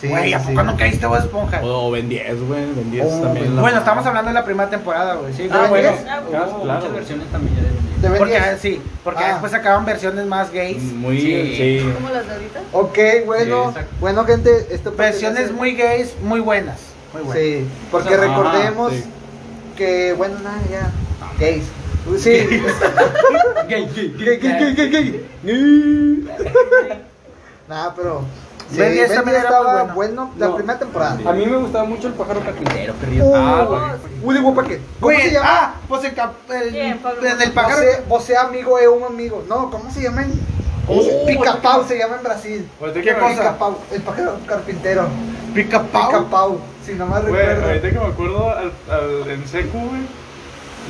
Speaker 2: Sí,
Speaker 1: güey, ¿a
Speaker 2: sí.
Speaker 1: poco no caíste Bob Esponja?
Speaker 5: O Ben 10, güey, Ben 10
Speaker 2: Oh,
Speaker 5: también.
Speaker 2: Ben-
Speaker 5: la-
Speaker 1: Bueno, estamos hablando de la primera temporada, güey, sí.
Speaker 2: Ah,
Speaker 1: pero
Speaker 2: bueno.
Speaker 4: Ah,
Speaker 6: Hubo
Speaker 5: claro,
Speaker 6: muchas
Speaker 5: claro.
Speaker 6: versiones también ya de Disney.
Speaker 2: De Ben
Speaker 1: Porque,
Speaker 2: 10.
Speaker 1: sí, porque
Speaker 2: Ah.
Speaker 1: después sacaban versiones más gays.
Speaker 5: Muy,
Speaker 6: Sí.
Speaker 5: sí.
Speaker 4: ¿Como las de ahorita?
Speaker 2: Ok, bueno,
Speaker 6: Sí, exacto.
Speaker 2: bueno gente, esto
Speaker 1: Versiones muy gays, muy buenas. Muy buenas.
Speaker 2: Sí, porque
Speaker 6: Ajá,
Speaker 2: recordemos
Speaker 5: sí. Ah,
Speaker 2: que, bueno, nada, ya, gays. Sí,
Speaker 6: Gay, gay,
Speaker 2: Gay,
Speaker 6: gay,
Speaker 2: gay, gay,
Speaker 6: gay.
Speaker 2: gay, gay. Nada, pero. Sí,
Speaker 1: Ben 10
Speaker 2: Ben
Speaker 1: también
Speaker 2: 10
Speaker 1: era
Speaker 2: estaba
Speaker 1: muy
Speaker 2: bueno la
Speaker 5: No.
Speaker 2: primera temporada.
Speaker 5: A mí me gustaba mucho el pájaro carpintero, que ríe.
Speaker 2: Ah, Uh,
Speaker 5: Ah, güey.
Speaker 2: Willy Wopake. ¿Cómo
Speaker 1: Güey,
Speaker 2: se llama?
Speaker 1: ah, pues el, cap- el,
Speaker 4: Bien, Pablo.
Speaker 1: en el
Speaker 2: Vos
Speaker 1: pájaro.
Speaker 2: sea- vos sea amigo es un amigo. No, ¿cómo se llama? en- ¿Cómo se-
Speaker 5: Oh,
Speaker 2: Pica
Speaker 5: bueno.
Speaker 2: Pau se llama en Brasil.
Speaker 5: Ahorita
Speaker 1: ¿Qué
Speaker 5: que me-
Speaker 1: cosa?
Speaker 2: Pica Pau, el pájaro carpintero.
Speaker 1: Pica
Speaker 2: Pica
Speaker 1: Pau.
Speaker 2: Pau, si nomás
Speaker 5: Güey,
Speaker 2: recuerdo.
Speaker 5: ahorita que me acuerdo, al, al- en secu, güey,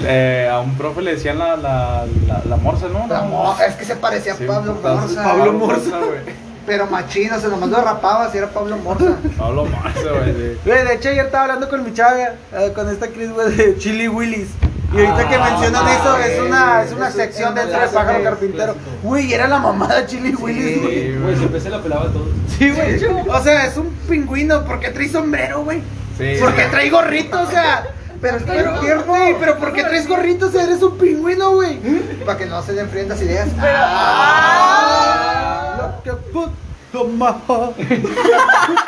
Speaker 5: eh, a un profe le decían la, la, la, la morsa, ¿no?
Speaker 2: La mo- Es que se parecía a
Speaker 5: Sí,
Speaker 2: Pablo
Speaker 5: putazo.
Speaker 2: Morza.
Speaker 5: Pablo Morza, güey.
Speaker 2: Pero machino, se nomás lo rapaba si era Pablo Morza.
Speaker 5: Pablo Morza, güey. sí.
Speaker 1: Güey, de hecho ayer estaba hablando con mi chava, eh, con esta Chris, güey, de Chili Willis. Y ahorita
Speaker 6: Ah,
Speaker 1: que mencionan
Speaker 6: ah,
Speaker 1: eso, es
Speaker 2: güey,
Speaker 1: una, es una
Speaker 2: es un-
Speaker 1: sección
Speaker 2: es un
Speaker 1: dentro del
Speaker 2: clásico,
Speaker 1: pájaro
Speaker 2: es
Speaker 1: carpintero.
Speaker 6: clásico.
Speaker 1: Güey, era la mamada Chili Willis, güey.
Speaker 5: Sí,
Speaker 6: Güey,
Speaker 5: güey.
Speaker 6: siempre se la pelaba a todos.
Speaker 1: Sí, güey. O sea, es un pingüino, porque trae sombrero, güey?
Speaker 5: Sí.
Speaker 1: Porque trae gorrito, o sea.
Speaker 2: Pero está
Speaker 1: Pero,
Speaker 2: bien tierno.
Speaker 1: sí, pero porque traes gorrito, o sea, eres un pingüino, güey.
Speaker 2: Para que no se le enfríen las ideas.
Speaker 1: Ah.
Speaker 2: ah.
Speaker 1: Lo que puto majo.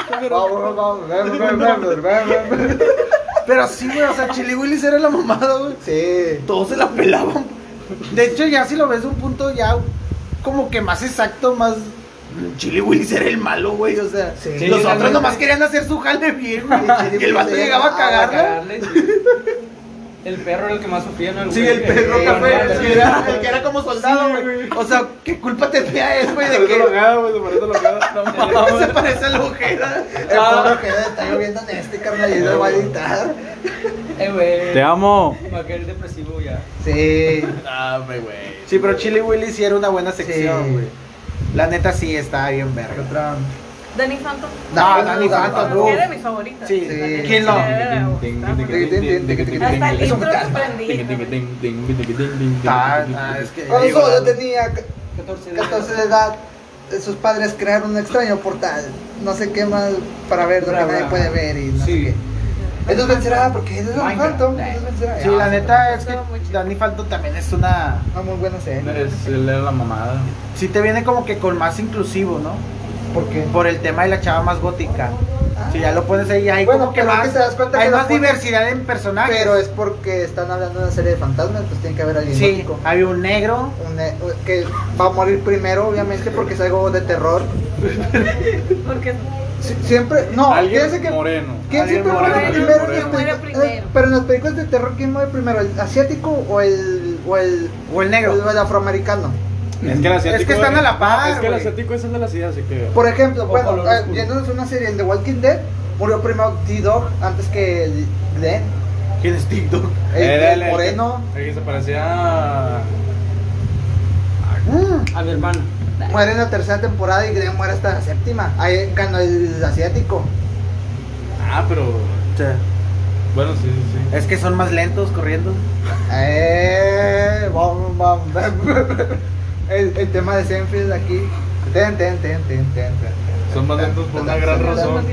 Speaker 2: Vamos, vamos, vamos, vamos, vamos, vamos, vamos.
Speaker 1: Pero sí, güey, o sea, Chili Willis era la mamada, güey.
Speaker 2: Sí.
Speaker 1: todos se la pelaban. De hecho, ya si lo ves de un punto ya como que más exacto, más Chili Willis era el malo, güey, o sea,
Speaker 2: Sí.
Speaker 1: los
Speaker 6: Sí,
Speaker 1: otros
Speaker 6: también.
Speaker 1: nomás querían hacer su jale bien, güey.
Speaker 2: Y Chili
Speaker 1: Y el vato
Speaker 2: Willis
Speaker 1: llegaba a
Speaker 2: era-
Speaker 1: cagarla.
Speaker 6: cagarle. El perro era el que más sufría, ¿no? El
Speaker 1: Sí,
Speaker 6: güey
Speaker 1: el
Speaker 6: que-
Speaker 1: perro
Speaker 6: que-
Speaker 1: café, el
Speaker 6: que-
Speaker 1: que era, el que era como soldado,
Speaker 5: Sí,
Speaker 1: güey.
Speaker 5: güey.
Speaker 1: O sea, ¿qué culpa tenía él, güey, de
Speaker 5: Parece
Speaker 1: que
Speaker 5: logado, güey, se parece logado. No mames.
Speaker 1: se parece a la ojera?
Speaker 2: El pobre que está lloviendo en este carnal y lo va a editar.
Speaker 6: Eh, güey.
Speaker 5: Te amo.
Speaker 6: Va a caer depresivo ya.
Speaker 2: Sí.
Speaker 5: Ah, güey.
Speaker 1: Sí, pero Chili Willis sí era una buena sección,
Speaker 2: Sí.
Speaker 1: güey. La neta sí estaba bien
Speaker 2: ¿Qué
Speaker 1: verga.
Speaker 2: otra?
Speaker 4: Danny Phantom.
Speaker 1: No,
Speaker 2: No,
Speaker 1: Danny Phantom,
Speaker 2: no.
Speaker 1: no.
Speaker 4: Era de mis favoritas.
Speaker 1: Sí,
Speaker 4: La neta,
Speaker 2: ¿quién
Speaker 1: no?
Speaker 4: era la favorita. Hasta el
Speaker 5: Eso
Speaker 4: intro te prendí.
Speaker 1: Ah, ah, es que
Speaker 2: Cuando
Speaker 1: digo,
Speaker 2: solo tenía
Speaker 6: 14 de
Speaker 2: 14 de edad, eh, sus padres crearon un extraño portal. No sé qué más para ver lo que nadie puede ver y no sé
Speaker 6: Sí.
Speaker 2: qué. Él nos vencerá porque él es un
Speaker 6: Minecraft.
Speaker 2: phantom. Él nos vencerá.
Speaker 1: Sí, la neta es que Danny Phantom también es una.
Speaker 2: Una muy buena serie.
Speaker 5: Es él era la mamada.
Speaker 1: Sí, te viene como que con más inclusivo, ¿no?
Speaker 2: Porque.
Speaker 1: Por el tema de la chava más gótica. Si ya lo pones ahí, hay
Speaker 2: Ah. Bueno,
Speaker 1: como que
Speaker 2: pero
Speaker 1: más.
Speaker 2: que te das cuenta
Speaker 1: hay
Speaker 2: que lo
Speaker 1: más
Speaker 2: ponen-
Speaker 1: diversidad en personajes.
Speaker 2: Pero es porque están hablando de una serie de fantasmas, pues tiene que haber alguien
Speaker 1: Sí,
Speaker 2: gótico.
Speaker 1: hay un negro.
Speaker 2: Un, eh, que va a morir primero, obviamente, porque es algo de terror.
Speaker 4: Porque
Speaker 2: Si- Siempre, no, fíjense
Speaker 5: Alguien
Speaker 2: que.
Speaker 5: moreno.
Speaker 2: ¿Quién
Speaker 1: Alguien
Speaker 2: siempre muere
Speaker 1: muere
Speaker 2: primero? en
Speaker 5: primero.
Speaker 2: las
Speaker 4: Muere
Speaker 2: películas?
Speaker 4: primero.
Speaker 2: Eh, Pero en las películas de terror, ¿quién muere primero? ¿El asiático o el. o el.
Speaker 1: O el negro.
Speaker 2: o el afroamericano?
Speaker 5: Es que el asiático.
Speaker 1: Es que están a la par,
Speaker 5: Es que el
Speaker 1: güey.
Speaker 5: asiático es el de las ideas, así que.
Speaker 2: Por ejemplo, bueno,
Speaker 6: color
Speaker 2: eh,
Speaker 6: oscuro.
Speaker 2: yéndonos a una serie, el de Walking Dead, murió primero T-Dog antes que el Glenn,
Speaker 1: ¿Quién es TikTok?
Speaker 2: el,
Speaker 5: Era
Speaker 2: el moreno.
Speaker 5: El que se parecía a.
Speaker 6: A mi hermano.
Speaker 2: Muere en la tercera temporada y Glenn muere hasta la séptima. Ahí ganó el asiático.
Speaker 5: Ah, pero.
Speaker 1: Sí.
Speaker 5: Bueno, sí, sí, sí.
Speaker 1: Es que son más lentos corriendo.
Speaker 2: Eh, bom, bom. El, el tema de Senfield aquí. Ten, ten, ten, ten, ten, ten.
Speaker 5: Son más lentos por una gran razón.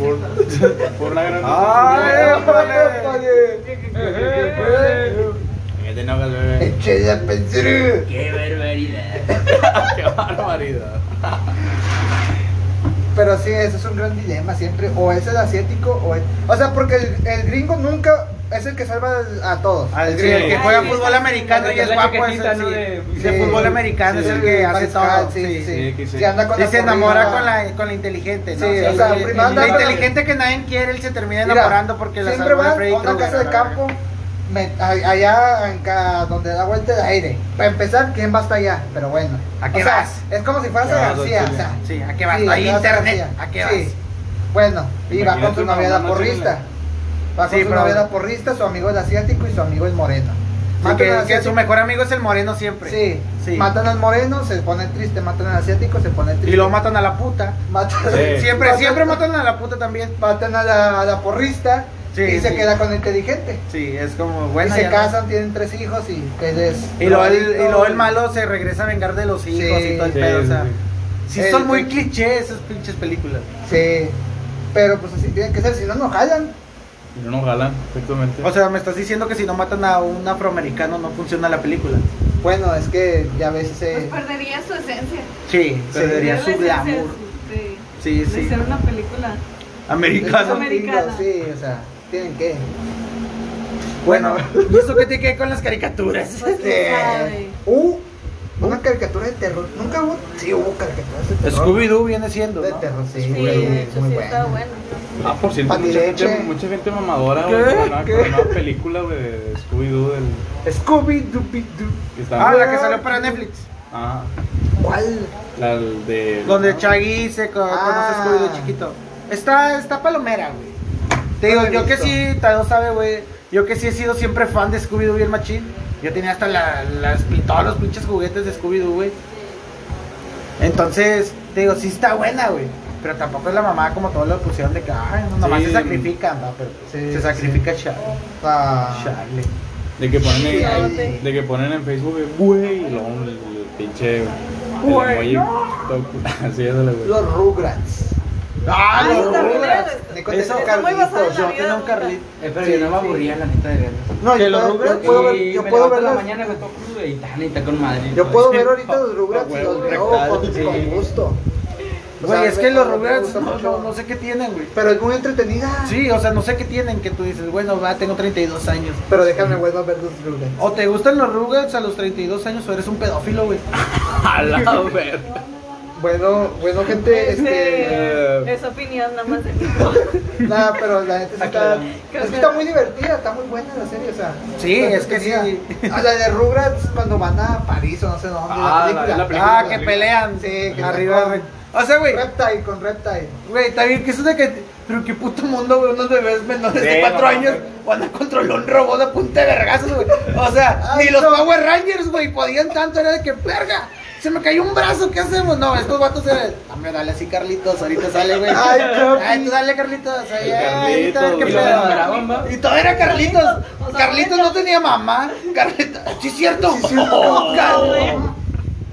Speaker 5: Por, por una gran
Speaker 2: ¡Ay,
Speaker 5: razón.
Speaker 2: ¡Épale!
Speaker 5: eh,
Speaker 2: épale!
Speaker 5: de nogas, bebé.
Speaker 2: ¡Eche la pensé!
Speaker 6: ¡Qué barbaridad!
Speaker 5: ¡Qué barbaridad!
Speaker 2: Pero sí, ese es un gran dilema siempre. O es el asiático o el... O sea, porque el, el gringo nunca es el que salva al- a todos.
Speaker 1: Al
Speaker 5: Sí.
Speaker 1: el que juega
Speaker 4: Ay,
Speaker 1: fútbol
Speaker 4: sí.
Speaker 1: americano y
Speaker 6: La
Speaker 1: es guapo es
Speaker 6: chaquetita,
Speaker 1: el,
Speaker 6: ¿no?
Speaker 1: sí.
Speaker 6: De-
Speaker 1: De
Speaker 2: Sí.
Speaker 1: fútbol americano es el que hace
Speaker 2: Mariscal,
Speaker 1: todo.
Speaker 2: Sí, sí.
Speaker 5: sí, que sí.
Speaker 2: Sí, anda con
Speaker 1: Sí,
Speaker 2: la
Speaker 1: se enamora
Speaker 2: corrida.
Speaker 1: con la, con la inteligente, ¿no?
Speaker 2: Sí, o sea,
Speaker 1: el-
Speaker 2: primero anda
Speaker 1: la
Speaker 2: con la-
Speaker 1: inteligente que nadie quiere, él se termina
Speaker 2: Mira,
Speaker 1: enamorando porque la
Speaker 2: siempre
Speaker 1: salvó de
Speaker 2: van
Speaker 1: Freddy
Speaker 2: a una
Speaker 1: Krueger,
Speaker 2: casa de
Speaker 1: ¿no?
Speaker 2: campo me- a- allá en ca- donde da vuelta el aire para empezar quién va hasta allá pero bueno
Speaker 1: ¿A
Speaker 2: O
Speaker 1: qué
Speaker 2: sea,
Speaker 1: vas?
Speaker 2: es como si fueras
Speaker 5: ¿Qué
Speaker 2: a
Speaker 5: vas,
Speaker 2: García
Speaker 5: Chile?
Speaker 2: o sea,
Speaker 1: Sí, ¿a qué vas?
Speaker 2: sí,
Speaker 1: No hay
Speaker 2: vas
Speaker 1: internet,
Speaker 2: García.
Speaker 1: ¿a qué vas?
Speaker 2: Sí. bueno y va
Speaker 5: Imagínate
Speaker 2: con su
Speaker 5: una
Speaker 2: novia la
Speaker 5: mamá no
Speaker 2: porrista va con
Speaker 1: Sí,
Speaker 2: su
Speaker 1: pero-
Speaker 2: novia la porrista su amigo el asiático y su amigo el moreno
Speaker 1: Sí,
Speaker 2: Matan al
Speaker 1: que, que su
Speaker 2: asiático-
Speaker 1: mejor amigo es el moreno siempre.
Speaker 2: sí,
Speaker 1: Sí.
Speaker 2: matan al moreno se pone triste matan al asiático se pone triste
Speaker 1: Y lo matan a la puta.
Speaker 2: matan,
Speaker 5: Sí.
Speaker 1: Siempre,
Speaker 2: matan-
Speaker 1: siempre matan a la puta también.
Speaker 2: matan a la, a la porrista
Speaker 1: Sí,
Speaker 2: y se
Speaker 1: sí.
Speaker 2: queda con el inteligente
Speaker 1: Sí, es como bueno.
Speaker 2: y se
Speaker 1: ya no-
Speaker 2: casan, tienen tres hijos y él es.
Speaker 1: Y luego el, y
Speaker 2: drogadicto.
Speaker 1: luego el malo se regresa a vengar de los hijos
Speaker 2: Sí.
Speaker 1: y todo el
Speaker 5: Sí,
Speaker 1: pedo. O sea,
Speaker 5: sí,
Speaker 1: sí,
Speaker 2: El-
Speaker 1: son muy
Speaker 2: el-
Speaker 1: clichés esas pinches películas.
Speaker 2: Sí. Pero pues así tiene que ser, si no, no jalan.
Speaker 5: Y no nos jalan, perfectamente.
Speaker 1: O sea, me estás diciendo que si no matan a un afroamericano no funciona la película.
Speaker 2: Bueno, es que ya eh, a veces
Speaker 4: Pues
Speaker 2: se.
Speaker 4: perdería su esencia.
Speaker 1: Sí, perdería
Speaker 4: Perdería
Speaker 1: su
Speaker 4: la esencia
Speaker 1: glamour.
Speaker 4: de-
Speaker 1: Sí,
Speaker 4: De
Speaker 1: sí.
Speaker 4: ser una película.
Speaker 1: Americano.
Speaker 2: son
Speaker 4: Americana.
Speaker 2: gringos, Sí, o sea, tienen que.
Speaker 1: Bueno, ¿y eso qué te queda con las caricaturas?
Speaker 4: Pues, quién sabe.
Speaker 2: Uh, este, una caricatura de terror. Nunca hubo. Sí, hubo caricaturas de terror.
Speaker 1: Scooby-Doo viene siendo,
Speaker 2: De
Speaker 1: ¿no?
Speaker 2: terror, sí.
Speaker 4: Sí,
Speaker 2: güey,
Speaker 4: de hecho,
Speaker 2: muy
Speaker 4: sí,
Speaker 2: bueno.
Speaker 4: está bueno.
Speaker 5: Ah, por cierto, mucha
Speaker 2: Patileche.
Speaker 5: gente, mucha gente mamadora, güey,
Speaker 1: ¿Qué?
Speaker 5: con la-
Speaker 1: ¿Qué?
Speaker 5: con la nueva película, güey, de Scooby-Doo, del...
Speaker 2: Scooby Dooby Doo.
Speaker 5: que está-
Speaker 1: Ah, la que salió para Netflix.
Speaker 5: Ah,
Speaker 2: ¿Cuál?
Speaker 5: la de...
Speaker 1: Donde Chaggy se co- conoce
Speaker 2: Ah.
Speaker 1: a Scooby-Doo chiquito. Está, está palomera, güey. Te digo,
Speaker 2: No la he
Speaker 1: yo que
Speaker 2: visto.
Speaker 1: sí, Tadeo sabe, güey. Yo que sí he sido siempre fan de Scooby-Doo bien machín. Yo tenía hasta la, las, todos los pinches juguetes de Scooby-Doo, güey. Entonces, te digo, sí está buena, güey. Pero tampoco es la mamá como todos lo pusieron de que, ay, no, nomás
Speaker 5: Sí.
Speaker 1: se sacrifican, ¿no? Pero
Speaker 2: Sí,
Speaker 1: se sacrifica Charlie.
Speaker 2: Ah,
Speaker 1: Charlie.
Speaker 5: De que ponen
Speaker 4: Ay.
Speaker 5: en, de que ponen en Facebook, eh, güey, y luego el, el pinche.
Speaker 1: Güey,
Speaker 5: el emoji todo- Así es, güey.
Speaker 2: Los Rugrats.
Speaker 1: ¡Ah,
Speaker 4: Ah,
Speaker 1: no!
Speaker 4: está bien,
Speaker 1: güey.
Speaker 4: güey.
Speaker 2: Nico tenía
Speaker 1: Eso-
Speaker 2: un
Speaker 4: Está muy
Speaker 2: Carlitos.
Speaker 4: basado en la
Speaker 1: Yo
Speaker 4: vida
Speaker 1: tenía un
Speaker 4: adulta.
Speaker 1: Carlito.
Speaker 6: Eh, pero yo no me aburría, la neta, de verlas.
Speaker 2: No,
Speaker 1: ¿Que
Speaker 2: yo,
Speaker 1: los
Speaker 2: puedo-
Speaker 1: Rugrats?
Speaker 2: yo puedo ver,
Speaker 6: Y
Speaker 2: yo
Speaker 6: me
Speaker 2: puedo
Speaker 6: levanto
Speaker 2: ver
Speaker 6: en la
Speaker 2: las-
Speaker 6: mañana con todo crudo y tan, y está con madre.
Speaker 2: Yo puedo ver ahorita los Rugrats
Speaker 5: Ah,
Speaker 2: y los
Speaker 5: huevo,
Speaker 2: veo
Speaker 5: rectal,
Speaker 2: con,
Speaker 5: sí.
Speaker 2: con gusto. O
Speaker 1: Güey,
Speaker 2: sea,
Speaker 1: es
Speaker 2: me-
Speaker 1: que los
Speaker 2: me
Speaker 1: Rugrats,
Speaker 2: gusta
Speaker 1: no,
Speaker 2: mucho.
Speaker 1: no, no sé qué tienen, güey.
Speaker 2: Pero es muy entretenida.
Speaker 1: Sí, o sea, no sé qué tienen que tú dices, bueno, va, tengo 32 años.
Speaker 2: Pero déjame vuelvo a ver los Rugrats.
Speaker 1: O te gustan los Rugrats a los 32 años o eres un pedófilo, güey.
Speaker 2: Ah,
Speaker 1: Ah,
Speaker 5: A la verga.
Speaker 2: Bueno, bueno, gente, este.
Speaker 4: Este, Es opinión nada más de mí.
Speaker 2: Nada, pero la gente está.
Speaker 4: Creo
Speaker 2: es que
Speaker 4: que-
Speaker 2: está muy divertida, está muy buena la serie, o sea.
Speaker 1: Sí,
Speaker 2: está
Speaker 1: es que
Speaker 2: entretenida. A la de Rugrats cuando van a París o no sé dónde.
Speaker 5: Ah, la- la película.
Speaker 1: Ah, que pelean.
Speaker 2: Sí, que
Speaker 1: arriba.
Speaker 2: sacó-
Speaker 1: re- O sea, güey,
Speaker 2: Reptile con Reptile.
Speaker 1: güey, está bien que eso de que. Pero qué puto mundo, güey, unos bebés menores
Speaker 5: Sí,
Speaker 1: de 4
Speaker 5: no
Speaker 1: años
Speaker 5: mames.
Speaker 1: van a controlar un robot a punta de vergazos, güey. O sea,
Speaker 2: Ay,
Speaker 1: ni los
Speaker 2: no.
Speaker 1: Power Rangers, güey, podían tanto. Era de que, verga, se me cayó un brazo, ¿qué hacemos? No, estos vatos eran. Dame, dale así, Carlitos, ahorita sale, güey.
Speaker 2: Ay, papi.
Speaker 1: Ay, tú dale, Carlitos. Ay,
Speaker 5: El
Speaker 1: ay, ahorita a ver qué
Speaker 5: Carlitos,
Speaker 6: Y lo
Speaker 5: güey.
Speaker 1: pedo.
Speaker 6: nombraban, ¿va?
Speaker 1: Y todo era Carlitos.
Speaker 4: Carlitos, o sea,
Speaker 1: Carlitos no tenía mamá. Carlitos, sí es cierto. Oh,
Speaker 4: No,
Speaker 1: Carlitos.
Speaker 4: güey.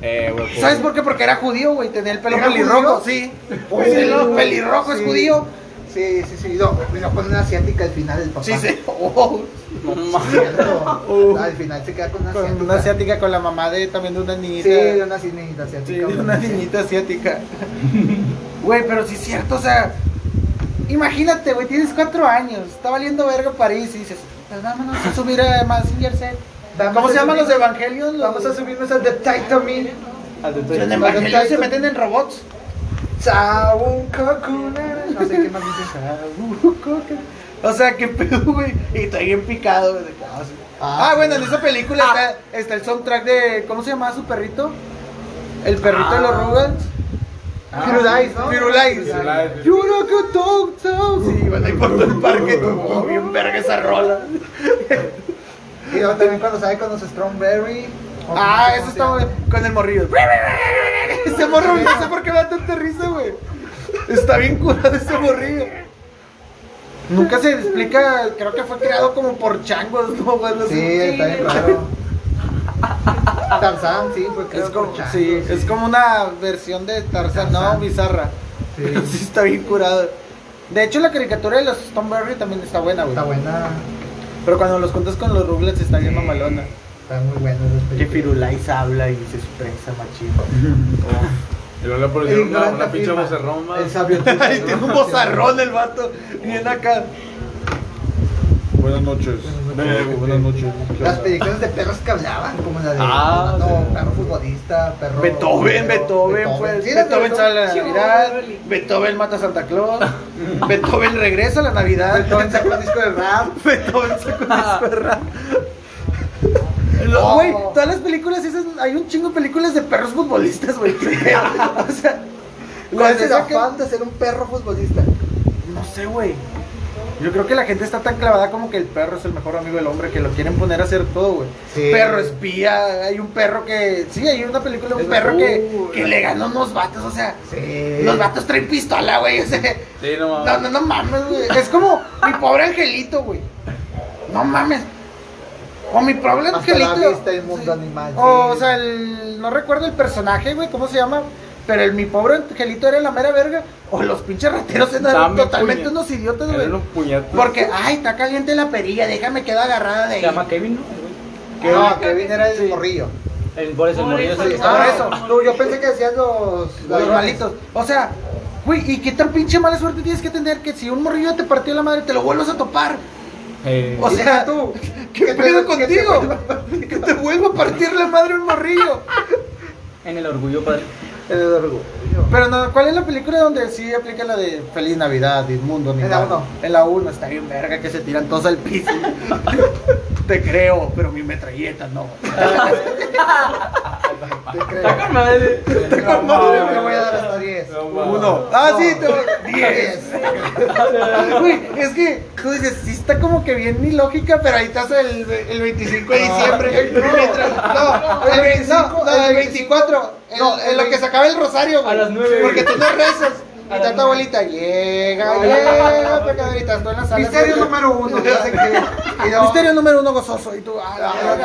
Speaker 5: Eh, güey. pues,
Speaker 1: ¿Sabes por qué? Porque era judío, güey. Tenía el pelo
Speaker 2: ¿Era
Speaker 1: pelirrojo,
Speaker 2: judío?
Speaker 1: sí.
Speaker 2: Pues,
Speaker 1: Sí, no, pelirrojo
Speaker 2: sí.
Speaker 1: es judío.
Speaker 2: Sí, sí, sí. No, me lo pone una asiática al final del papá.
Speaker 1: Sí, sí. Oh,
Speaker 5: No mames.
Speaker 2: Cierto.
Speaker 1: Uh.
Speaker 2: al final se queda con una
Speaker 1: con
Speaker 2: asiática.
Speaker 1: una asiática, con la mamá de también de una
Speaker 2: Sí,
Speaker 1: niñita.
Speaker 2: de una asiática.
Speaker 1: Sí, de una niñita asiática. Güey, pero sí es cierto, o sea. Imagínate, güey, tienes cuatro años. Está valiendo verga París y dices, pues vámonos a subir a Mazinger Z.
Speaker 2: Vamos
Speaker 1: ¿Cómo
Speaker 2: a
Speaker 1: se llaman los
Speaker 2: subir-
Speaker 1: evangelios? Los-
Speaker 2: Vamos a subirnos al de Taitomi.
Speaker 5: Al de
Speaker 1: Los
Speaker 5: Toy-
Speaker 1: evangelios se meten en robots.
Speaker 2: Sabun Kakunara. No sé qué más dice.
Speaker 1: O sea, qué pedo, güey. Y está bien picado, güey. de que, ah, sí. Ah, bueno, en esa película está, está el soundtrack de. ¿Cómo se llamaba su perrito? El perrito de los Rugrats.
Speaker 2: Firulais, Ah. ¿no?
Speaker 1: Ah, Firulais.
Speaker 5: Firulais.
Speaker 1: Yura que toc, toc. Sí, van ahí por todo el parque. como bien verga esa rola.
Speaker 2: Y luego también cuando sale con los Strongberry. o no
Speaker 1: Ah, eso
Speaker 2: sé cómo se
Speaker 1: está
Speaker 2: llama.
Speaker 1: muy- con el morrillo. Ese morro, no sé por qué me da tanta risa, güey. Está bien curado ese morrillo. Nunca se explica, creo que fue creado como por changos, ¿no? güey? No
Speaker 2: Sí,
Speaker 1: sé.
Speaker 2: está bien raro. Tarzán, sí, fue
Speaker 1: Es
Speaker 2: creo
Speaker 1: como,
Speaker 2: por Chango,
Speaker 1: sí, es como una versión de Tarzan, no,
Speaker 2: Tarzán.
Speaker 1: bizarra.
Speaker 2: Sí.
Speaker 1: Sí. está bien curado. De hecho, la caricatura de los Tom Berry también está buena, güey.
Speaker 2: Está buena.
Speaker 1: Pero cuando los juntas con los Rugrats está bien
Speaker 2: Sí.
Speaker 1: mamalona.
Speaker 2: Está muy buena esa
Speaker 1: Que
Speaker 2: película.
Speaker 1: Firulais habla y se expresa machito.
Speaker 5: Y luego le
Speaker 2: El
Speaker 5: pusieron una,
Speaker 2: gran
Speaker 5: una pinche
Speaker 2: firma.
Speaker 5: vocerrón más.
Speaker 2: El sabio tuyo,
Speaker 1: Ay,
Speaker 2: ¿no?
Speaker 1: tiene un bozarrón el vato. Bien acá.
Speaker 5: Buenas noches.
Speaker 2: Buenas noches.
Speaker 5: Eh, buenas noches.
Speaker 2: Las películas de perros que hablaban, como la de
Speaker 5: Ah,
Speaker 2: no,
Speaker 5: sí.
Speaker 2: perro futbolista, perro.
Speaker 1: Beethoven, Beethoven, pues.
Speaker 2: Sí, las de
Speaker 1: Beethoven sale a la
Speaker 4: Yo,
Speaker 1: Navidad.
Speaker 4: Rolly.
Speaker 1: Beethoven mata a Santa Claus. Beethoven regresa a la Navidad.
Speaker 2: Beethoven sacó un disco de rap.
Speaker 1: Beethoven sacó un disco de rap. Lo-
Speaker 2: Oh.
Speaker 1: Güey, todas las películas esas, hay un chingo de películas de perros futbolistas, güey. que- o sea,
Speaker 2: ¿Cuál
Speaker 1: las
Speaker 2: es el
Speaker 1: sacan-
Speaker 2: afán de ser un perro futbolista?
Speaker 1: No sé, güey. Yo creo que la gente está tan clavada como que el perro es el mejor amigo del hombre que lo quieren poner a hacer todo, güey.
Speaker 2: Sí.
Speaker 1: Perro espía, hay un perro que. Sí, hay una película de un
Speaker 2: Es
Speaker 1: perro
Speaker 2: la-
Speaker 1: que,
Speaker 2: Uh,
Speaker 1: que
Speaker 2: la-
Speaker 1: le ganó unos vatos, o sea.
Speaker 2: Sí.
Speaker 1: Los vatos traen pistola, güey. o sea,
Speaker 5: Sí, no mames.
Speaker 1: no, no, no mames, güey. Es como mi pobre angelito, güey. No mames. O mi pobre
Speaker 2: Hasta
Speaker 1: angelito.
Speaker 2: la vista el mundo animal.
Speaker 1: O,
Speaker 2: sí.
Speaker 1: sea, el- no recuerdo el personaje, güey, cómo se llama. Pero el mi pobre angelito era la mera verga. O los pinches rateros eran
Speaker 5: Estaban bien
Speaker 1: totalmente
Speaker 5: puñe-
Speaker 1: unos idiotas,
Speaker 5: Eran
Speaker 1: güey.
Speaker 5: unos puñetos.
Speaker 1: Porque, ay, está caliente la perilla, déjame quedar agarrada de
Speaker 6: Se
Speaker 1: ahí.
Speaker 6: llama Kevin, ¿no? El güey.
Speaker 2: Que no, que viniera Ah, el morrillo.
Speaker 6: El por eso el morrillo es el
Speaker 4: Sí,
Speaker 6: que
Speaker 1: ah,
Speaker 6: estaba-
Speaker 1: eso.
Speaker 2: Tú, yo pensé que decías los.
Speaker 1: Los malitos. O sea, güey, ¿y qué tan pinche mala suerte tienes que tener que si un morrillo te partió la madre, te lo vuelvas a topar?
Speaker 5: Eh,
Speaker 1: O sea,
Speaker 2: tú.
Speaker 1: ¿Qué
Speaker 2: Que te-
Speaker 1: pedo
Speaker 2: que te
Speaker 1: contigo?
Speaker 2: vuelva-
Speaker 1: Que te vuelva a partir la madre un morrillo.
Speaker 6: En el orgullo padre.
Speaker 2: El orgullo.
Speaker 1: Pero no, ¿cuál es la película donde sí aplica la de Feliz Navidad, Inmundo, ni
Speaker 2: En la
Speaker 1: nada?
Speaker 2: uno.
Speaker 1: En la 1 está bien verga que se tiran todos al piso. Te creo, pero mi metralleta no.
Speaker 2: Te creo.
Speaker 6: madre.
Speaker 2: No, madre, me voy a dar hasta 10.
Speaker 5: No, madre.
Speaker 1: Uno. Ah, sí, te voy.
Speaker 2: Diez.
Speaker 1: Güey, es que tú dices, sí está como que bien mi lógica, pero ahí estás el, el 25 de diciembre.
Speaker 2: No.
Speaker 1: Mientras- No, el, ve- no, no, el 24. el-
Speaker 2: No,
Speaker 1: en lo
Speaker 2: el
Speaker 1: que se acaba el rosario, güey.
Speaker 6: A las nueve,
Speaker 1: Porque tú
Speaker 6: güey.
Speaker 1: no rezas. Y está tu abuelita, llega, llega, pecadorita, tú en la sala.
Speaker 2: Misterio número uno. ya sé que- y no-
Speaker 1: Misterio número uno gozoso. Y tú, a la
Speaker 2: Ah,
Speaker 1: verga.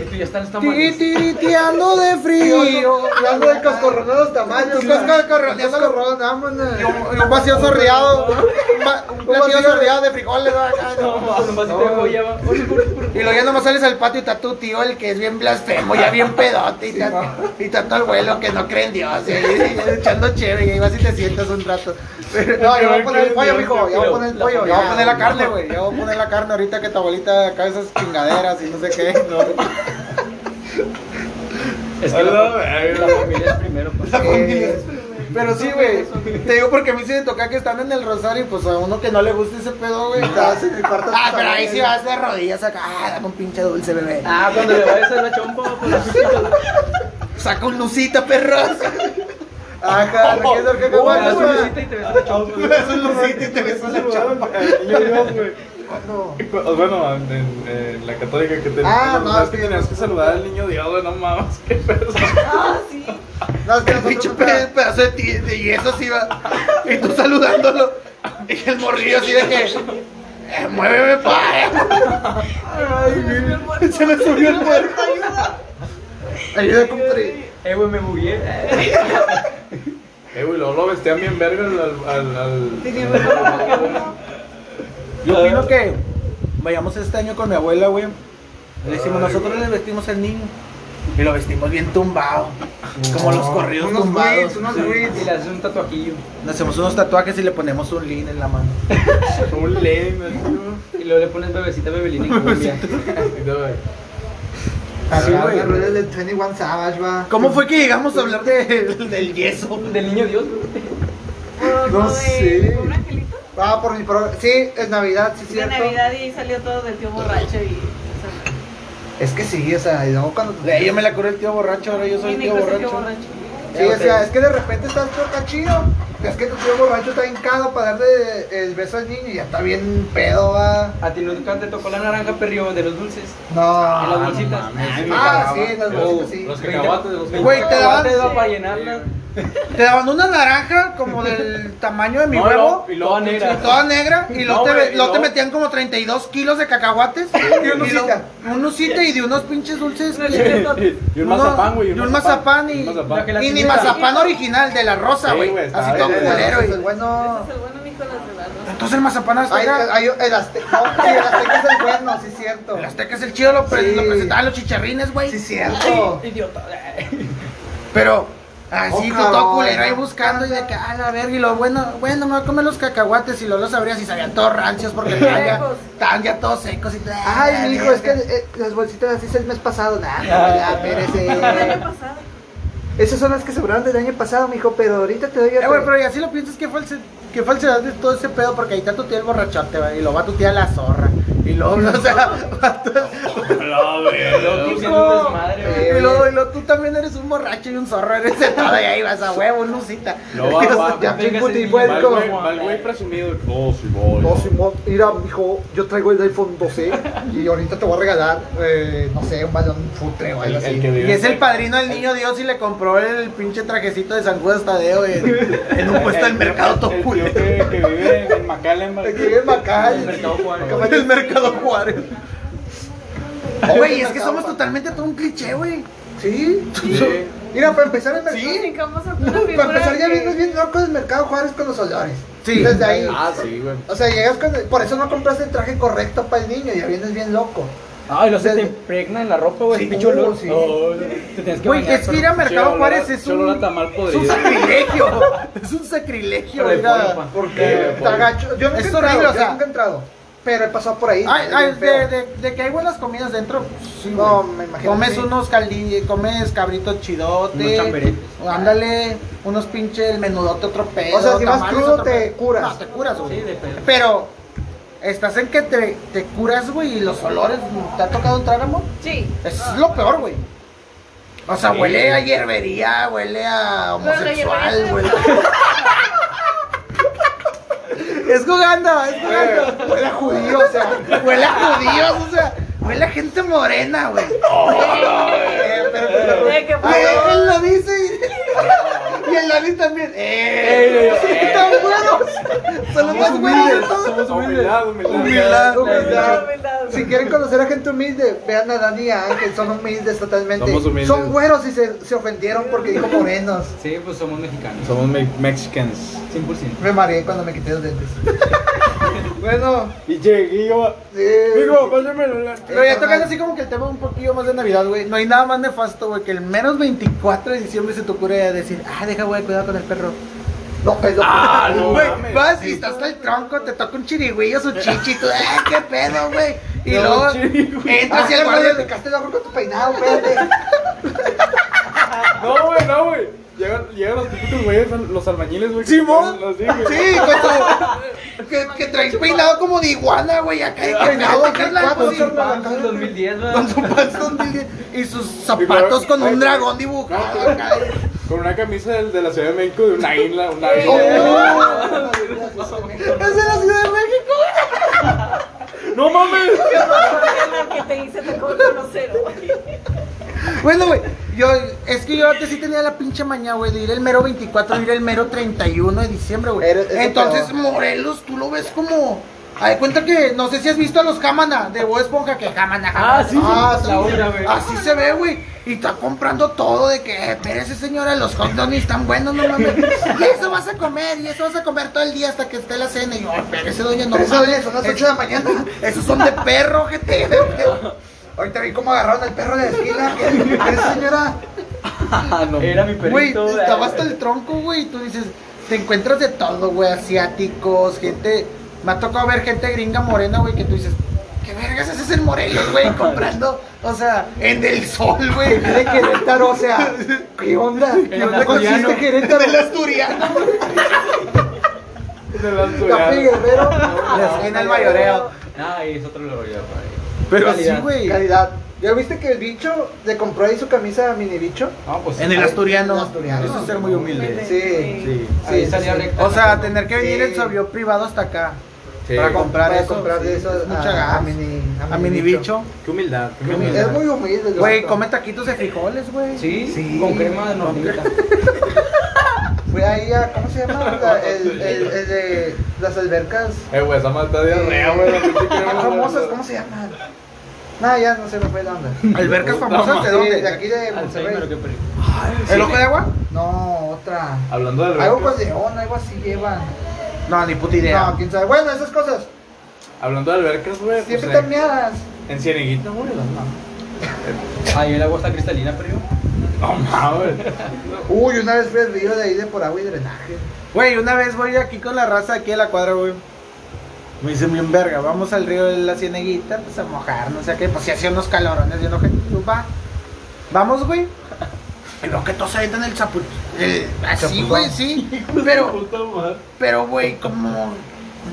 Speaker 6: Y tú Ah, ya están esta
Speaker 1: Ti- ti- ti, ando de frío.
Speaker 2: Y ando de cascorrón a los tamales.
Speaker 1: Tu cascorrón,
Speaker 2: Ya cascorrón, vámonos.
Speaker 1: Y un, y un vacío sordeado, un, va- un platillo sordeado de frijoles. ¿no? Acá,
Speaker 6: No,
Speaker 1: no.
Speaker 6: mames, un vasito de joya, va. Oye, por- por-
Speaker 1: Y luego ya nomás sales al patio y está tu tío, el que es bien blasfemo, ya bien pedote, y está, y está tu abuelo que no cree en Dios, y ahí echando chévere, y ahí vas y te sientas un rato.
Speaker 2: No, yo voy a poner el pollo, mijo. Yo voy a poner el pollo.
Speaker 1: Yo voy a poner la carne, güey, yo voy a poner la carne ahorita que tu abuelita acá esas chingaderas y no sé qué.
Speaker 6: Es que la, la familia es primero, pues.
Speaker 1: La familia es- Eh, Pero sí, güey, te digo porque a mí sí me toca que están en el rosario, y pues a uno que no le gusta ese pedo, güey.
Speaker 2: Estás en el cuarto
Speaker 1: Ah, pero ahí sí vas de rodillas acá, ah, dame un pinche dulce, bebé.
Speaker 6: Ah, cuando le vayas a la chompa, pues.
Speaker 1: Saca un lucita, perros.
Speaker 2: Ajá, me quedo el
Speaker 6: Oh, le
Speaker 2: cacahuate,
Speaker 6: das
Speaker 2: güey.
Speaker 6: una visita y te ves a la chompa.
Speaker 5: Yo, yo, güey.
Speaker 2: No.
Speaker 5: Cu- Bueno, en, en- en la católica que tenías
Speaker 2: Ah, no,
Speaker 5: es
Speaker 2: sí,
Speaker 5: que tenías
Speaker 2: no.
Speaker 5: que saludar al niño Dios, güey, no mames, qué pedo.
Speaker 4: Ah, sí.
Speaker 2: No, es que
Speaker 1: El pinche
Speaker 2: nosotros
Speaker 1: pe-
Speaker 2: nunca-
Speaker 1: pedazo de, ti- de yeso así va. Y tú saludándolo. Y el morrillo así de que. "Eh, muéveme, pa. eh". Se le subió el muerto.
Speaker 2: Ayuda, compadre.
Speaker 6: Eh, güey, me bugué.
Speaker 5: Eh, güey, luego lo vestían bien verga al. al, al, al-
Speaker 1: Yo opino que vayamos este año con mi abuela, güey. Le decimos, nosotros le vestimos al niño. Y lo vestimos bien tumbado. Como los corridos
Speaker 2: Unos
Speaker 1: tumbados.
Speaker 2: tweets, unos
Speaker 6: Y
Speaker 2: tweets.
Speaker 6: le haces un tatuajillo.
Speaker 1: Le hacemos unos tatuajes y le ponemos un lean en la mano.
Speaker 5: Un lame, así, güey.
Speaker 6: Y luego le pones bebecita bebelina en Colombia.
Speaker 5: Así de, güey.
Speaker 1: Sí,
Speaker 2: Ajá,
Speaker 1: güey.
Speaker 2: las rolas del 21 Savage, va.
Speaker 1: ¿Cómo fue que llegamos a hablar de- del yeso?
Speaker 6: Del niño Dios.
Speaker 4: Por
Speaker 2: No
Speaker 4: lo de
Speaker 2: sé.
Speaker 4: un angelito.
Speaker 2: Ah, por mi pro... Sí, es Navidad, sí,
Speaker 4: De
Speaker 2: cierto.
Speaker 4: Navidad y salió todo del tío borracho y.
Speaker 2: Es que sí, o sea, y luego cuando...
Speaker 1: Güey, yo me la curé el tío borracho, ahora yo soy
Speaker 4: Y
Speaker 1: el
Speaker 4: Nico
Speaker 1: tío
Speaker 4: es el tío
Speaker 1: borracho.
Speaker 4: borracho.
Speaker 2: Sí, o sea, es que de repente estás toca chido. Es que tu tío borracho está hincado para darle el beso al niño y ya está bien pedo, va.
Speaker 6: A ti nunca te tocó la naranja perrió de los dulces.
Speaker 2: No.
Speaker 6: En las
Speaker 2: Ah,
Speaker 6: bolsitas.
Speaker 5: mames, sí, me
Speaker 2: Ah,
Speaker 5: cagaba.
Speaker 2: sí, las
Speaker 5: Los-
Speaker 2: bolsitas, sí.
Speaker 5: Los cacahuates de los
Speaker 1: Güey, te daban-
Speaker 6: Te para llenarla.
Speaker 5: Sí,
Speaker 1: Te daban una naranja como del tamaño de mi
Speaker 5: No,
Speaker 1: huevo.
Speaker 5: y luego
Speaker 6: Toda negra.
Speaker 1: y toda negra y
Speaker 5: No,
Speaker 1: luego te,
Speaker 5: güey,
Speaker 1: ve-
Speaker 5: y
Speaker 1: luego te
Speaker 5: luego-
Speaker 1: metían como 32 kilos de cacahuates
Speaker 2: Y un
Speaker 1: luego-
Speaker 2: usita.
Speaker 1: un usita y de unos pinches dulces
Speaker 4: No,
Speaker 1: que-
Speaker 5: Y un
Speaker 1: uno-
Speaker 5: mazapán, güey.
Speaker 1: y un mazapán
Speaker 5: y
Speaker 1: y,
Speaker 5: un mazapán.
Speaker 6: La que la-
Speaker 1: y ni
Speaker 6: piñita.
Speaker 1: mazapán original de la rosa
Speaker 5: Sí,
Speaker 1: güey
Speaker 5: güey,
Speaker 1: así
Speaker 5: está
Speaker 1: todo
Speaker 5: bien.
Speaker 1: culero
Speaker 2: Ese es el
Speaker 1: y-
Speaker 2: bueno.
Speaker 4: Ese es el bueno, Nicolás de la Rosa.
Speaker 1: entonces el mazapán
Speaker 2: Ay,
Speaker 1: azteca
Speaker 2: ay, el azteca. No, sí, el azteca es el bueno, sí, es cierto.
Speaker 1: el azteca es el chido lo, pre-
Speaker 2: Sí.
Speaker 1: lo presentaban los chicharrines güey
Speaker 2: Sí, es cierto.
Speaker 6: Idiota.
Speaker 1: pero así
Speaker 2: Oh,
Speaker 1: todo
Speaker 2: cabrón.
Speaker 1: culero ahí buscando y de que a la verga y lo bueno bueno me voy a comer los cacahuates y luego los abrías y sabían todos rancios porque estaban ya,
Speaker 4: Secos.
Speaker 1: estaban ya todos secos y
Speaker 2: Ay, mi hijo, es que eh, las bolsitas las hice el mes pasado. Nah, ya,
Speaker 4: El año
Speaker 2: espérese.
Speaker 4: pasado.
Speaker 2: Esas son las que sobraron del año pasado, mijo, pero ahorita te doy
Speaker 1: Eh, güey, pero
Speaker 2: otra.
Speaker 1: y así lo piensas, qué, false, qué falsedad de todo ese pedo, porque ahí está tu tía el borrachote, güey, y lo va tu tía la zorra, y luego, o sea, va tu-
Speaker 6: Luego tú siendo un desmadre, güey.
Speaker 1: y
Speaker 2: Eh.
Speaker 1: luego, y luego tú también eres un borracho y un zorro, eres de todo, y ahí vas a huevo, lucita.
Speaker 5: Lo va, va,
Speaker 2: Ya,
Speaker 6: venga,
Speaker 2: pingo,
Speaker 6: ese
Speaker 2: y
Speaker 6: niño,
Speaker 1: Pues,
Speaker 5: Va el
Speaker 2: vuelco.
Speaker 5: güey- va el güey presumido. Oh, sí, voy.
Speaker 2: No, Simón, mira, mijo, yo traigo el iPhone 12 y ahorita te voy a regalar, eh, no sé, un balón futre o algo
Speaker 5: El-
Speaker 2: así.
Speaker 5: el que
Speaker 1: Y es el padrino del niño Dios y le compró el pinche trajecito de San Judas Tadeo en, en un puesto del
Speaker 5: El tío-
Speaker 1: mercado top
Speaker 5: el tío
Speaker 1: culero.
Speaker 5: que, que vive en- en McAllen.
Speaker 2: El que vive en Macal.
Speaker 6: El mercado Juárez.
Speaker 2: Acaba de-
Speaker 1: El mercado Juárez.
Speaker 2: Oh,
Speaker 1: Güey, es que
Speaker 2: mercado
Speaker 1: somos
Speaker 2: Juárez.
Speaker 1: totalmente todo un cliché, güey.
Speaker 2: Sí. Mira, para empezar el mercado.
Speaker 4: Brincamos a una
Speaker 2: Para
Speaker 4: figura
Speaker 2: empezar ya
Speaker 4: que-
Speaker 2: vienes bien loco del mercado Juárez con los olores.
Speaker 1: Sí.
Speaker 2: Desde ahí.
Speaker 5: Ah, sí, güey.
Speaker 2: O sea, llegas con. Por eso no compraste el traje correcto para el niño, ya vienes bien loco.
Speaker 6: Ay, lo se te
Speaker 2: Desde-
Speaker 6: impregna en la ropa, güey.
Speaker 2: Sí,
Speaker 6: el pinche olor.
Speaker 2: uh, sí.
Speaker 6: Oh, te tienes que
Speaker 1: Güey,
Speaker 6: bañar
Speaker 1: es
Speaker 6: con-
Speaker 1: que ir a
Speaker 5: Sí,
Speaker 1: Mercado
Speaker 5: olor a-
Speaker 1: Juárez es
Speaker 5: sí, olor a
Speaker 1: un,
Speaker 5: tamal
Speaker 1: es un
Speaker 5: podrido.
Speaker 1: sacrilegio. es un sacrilegio
Speaker 6: Pero
Speaker 1: ir a-
Speaker 6: de polpa.
Speaker 5: Porque-
Speaker 2: Está gacho. Yo nunca
Speaker 1: Es
Speaker 2: he
Speaker 1: horrible,
Speaker 2: entrado,
Speaker 1: o
Speaker 2: yo
Speaker 1: sea.
Speaker 2: nunca he entrado. Pero he pasado por ahí.
Speaker 1: Ay,
Speaker 2: es
Speaker 1: ay,
Speaker 2: bien
Speaker 1: de,
Speaker 2: feo.
Speaker 1: de- de que hay buenas comidas dentro, sí,
Speaker 2: pues, No,
Speaker 1: güey.
Speaker 2: me imagino
Speaker 1: Comes
Speaker 2: que sí.
Speaker 1: unos caldillos, comes cabritos
Speaker 6: Unos
Speaker 1: chidotes.
Speaker 6: chamberetes.
Speaker 1: ándale, unos pinches, el menudote otro pedo.
Speaker 2: O sea, si vas
Speaker 1: tamales,
Speaker 2: crudo,
Speaker 1: otro
Speaker 2: te
Speaker 1: pedo.
Speaker 2: curas.
Speaker 1: No, te curas, güey.
Speaker 6: Sí, de pedo.
Speaker 1: Pero estás en que te, te curas, güey, y los olores, ¿te ha tocado entrar, amor?
Speaker 4: Sí.
Speaker 1: Es lo peor, güey. O sea, huele a hierbería, huele a
Speaker 4: Pero la
Speaker 1: homosexual,
Speaker 4: hierbería-
Speaker 1: huele. es jugando, es jugando.
Speaker 2: Huele a judío, o sea.
Speaker 1: Huele a judíos, o sea, huele a gente morena, Oh, güey.
Speaker 2: Eh, pero- pero-
Speaker 4: Eh, ¿qué
Speaker 1: Ay,
Speaker 4: pasó?
Speaker 1: él lo dice y, y el David también. ¡Eh!
Speaker 5: Ey, ey,
Speaker 1: ¡Están
Speaker 5: ey.
Speaker 1: buenos! ¡Son los más
Speaker 2: Somos
Speaker 1: buenos de
Speaker 2: humildes,
Speaker 1: todos!
Speaker 5: Somos humildad, humildad.
Speaker 1: Humildad,
Speaker 2: humildad.
Speaker 4: Humildad.
Speaker 2: Si quieren conocer a gente humilde, vean a Dani y a Ángel, son humildes totalmente.
Speaker 5: Somos humildes.
Speaker 2: Son güeros y se, se ofendieron porque dijo morenos.
Speaker 6: Sí, pues somos mexicanos.
Speaker 5: Somos me- mexicans.
Speaker 6: 100%.
Speaker 2: Me mareé cuando me quité los dentes. bueno,
Speaker 5: Y llegué yo a...
Speaker 2: sí.
Speaker 5: Digo, pásame la...
Speaker 1: Pero ya tocando así como que el tema un poquillo más de Navidad, güey. No hay nada más nefasto, güey, que el menos 24 de diciembre se te ocurre decir, ah, deja, güey, cuidado con el perro.
Speaker 2: No, es lo
Speaker 5: Ah, no.
Speaker 1: Güey,
Speaker 5: mames.
Speaker 1: vas y estás hasta el tronco, te toca un chirigüillo, su chichi, tú, ah, qué pedo, güey. Y
Speaker 5: No,
Speaker 1: luego
Speaker 5: chirigüillo.
Speaker 2: Ah,
Speaker 1: entras y
Speaker 2: sí,
Speaker 1: el
Speaker 2: güey,
Speaker 1: guardia
Speaker 2: le picaste el ojo con tu peinado, espérate.
Speaker 5: No, güey, no, güey. Llegan, llegan los típicos güeyes, los albañiles, güey. que
Speaker 1: ¿Simón?
Speaker 5: los dije.
Speaker 1: Sí, con tu- que, que traes peinado como de iguana, güey, acá de que
Speaker 2: peinado
Speaker 1: acá
Speaker 2: acá,
Speaker 1: la-
Speaker 2: cuatro,
Speaker 1: con su-
Speaker 2: ocho,
Speaker 6: Pan, pues, 2010,
Speaker 1: con
Speaker 6: ¿verdad?
Speaker 1: su panzón de- y sus zapatos con un dragón dibujado acá.
Speaker 5: Con una camisa del- de la Ciudad de México de una isla, una
Speaker 2: Oh,
Speaker 5: isla.
Speaker 1: Es de la Ciudad de México.
Speaker 5: ¡No mames!
Speaker 4: Porque la que te hice te cobro los cero.
Speaker 1: Bueno, güey, yo, es que yo antes sí tenía la pinche maña, güey, de ir el mero 24, de ir el mero 31 de diciembre, güey.
Speaker 2: Pero es lo
Speaker 1: Entonces,
Speaker 2: peor.
Speaker 1: Morelos, tú lo ves como. Hay cuenta que, no sé si has visto a los Jamana de Bob Esponja, que Jamana,
Speaker 6: Ah, sí.
Speaker 2: Ah, sí.
Speaker 6: la otra, güey.
Speaker 1: Así se ve, güey. Y está comprando todo de que, eh, espérese señora, los hot dogs ni están buenos, no mames. Y eso vas a comer, y eso vas a comer todo el día hasta que esté la cena. Y yo, "Ay, espérese doña, no
Speaker 2: Pero eso,
Speaker 1: mames".
Speaker 2: oye, son las 8 de la mañana.
Speaker 1: Esos son de perro, gente.
Speaker 2: Ahorita vi cómo agarraron al perro de la esquina. que- Esa señora.
Speaker 6: Era mi
Speaker 1: Güey,
Speaker 6: perrito.
Speaker 1: estaba hasta el tronco, güey. y Tú dices, te encuentras de todo, güey, asiáticos, gente. Me ha tocado ver gente gringa morena, güey, que tú dices, ¿qué vergas haces en Morelos, güey? Comprando, o sea, en el sol, güey.
Speaker 2: De Querétaro, o sea. ¿Qué onda? ¿Qué
Speaker 6: El
Speaker 2: onda consiste
Speaker 6: asturiano.
Speaker 2: Querétaro?
Speaker 1: Del asturiano.
Speaker 5: De la
Speaker 2: Capi
Speaker 5: Ciudad.
Speaker 2: Guerrero.
Speaker 1: La esquina del mayoreo.
Speaker 6: Ah, es otro lugar, güey.
Speaker 1: Pero
Speaker 6: Calidad.
Speaker 1: sí, güey.
Speaker 2: Calidad. ¿Ya viste que el bicho le compró ahí su camisa a mini bicho?
Speaker 6: No, pues.
Speaker 1: En el
Speaker 6: ahí-
Speaker 1: asturiano.
Speaker 2: En el asturiano.
Speaker 1: Eso es ser muy humilde.
Speaker 2: Sí, sí.
Speaker 5: Sí.
Speaker 6: Ahí
Speaker 2: sí,
Speaker 6: salía
Speaker 2: sí.
Speaker 6: recta.
Speaker 1: O sea, tener que venir
Speaker 2: Sí.
Speaker 1: en su avión privado hasta acá.
Speaker 5: Sí.
Speaker 1: Para comprar
Speaker 2: Para
Speaker 1: eso.
Speaker 2: comprar de
Speaker 1: sí,
Speaker 2: eso
Speaker 1: es mucha
Speaker 2: a-
Speaker 1: gas.
Speaker 2: a mini- a
Speaker 1: A mini
Speaker 2: mini
Speaker 1: bicho.
Speaker 5: Qué humildad, qué humildad.
Speaker 2: Es muy humilde. el
Speaker 1: Güey,
Speaker 2: vato.
Speaker 1: come taquitos de frijoles, güey.
Speaker 6: Sí,
Speaker 2: Sí.
Speaker 6: con crema de hornita.
Speaker 2: fui ahí a, ¿cómo se llama? La- el, el, el de las albercas.
Speaker 5: Eh, güey, esa mata de diarrea, güey. la pinche crema,
Speaker 2: Las
Speaker 5: güey.
Speaker 2: famosas, ¿cómo se llaman? No, ya no se me fue la onda.
Speaker 1: Albercas
Speaker 5: Puta
Speaker 1: famosas de
Speaker 5: madre.
Speaker 1: dónde?
Speaker 2: De aquí de
Speaker 6: Alzheimer, qué
Speaker 2: Monterrey.
Speaker 6: perrito.
Speaker 1: ¿El ojo de agua?
Speaker 2: No, otra.
Speaker 5: Hablando de
Speaker 2: Algo con
Speaker 5: albercas,
Speaker 2: león, algo así llevan.
Speaker 1: No, ni puta
Speaker 2: No, quién sabe. Bueno, esas cosas.
Speaker 5: hablando de albercas, güey.
Speaker 2: Siempre
Speaker 5: pues,
Speaker 2: están miadas.
Speaker 5: En Cieneguita, güey, las mamas.
Speaker 6: Ahí el agua está cristalina, pero
Speaker 5: No mames.
Speaker 2: Uy, una vez fui al río de ahí de por agua y drenaje.
Speaker 1: Güey, una vez voy aquí con la raza aquí a la cuadra, güey. Me dicen bien verga, vamos al río de la Cieneguita, pues a mojar, no sé qué, pues si hacía unos calorones, yo no que va. Vamos, güey. Y lo que todos avientan el chapul. el- así,
Speaker 2: Chapuzón.
Speaker 1: güey, sí. Pero,
Speaker 5: Puta madre.
Speaker 1: pero, güey, como.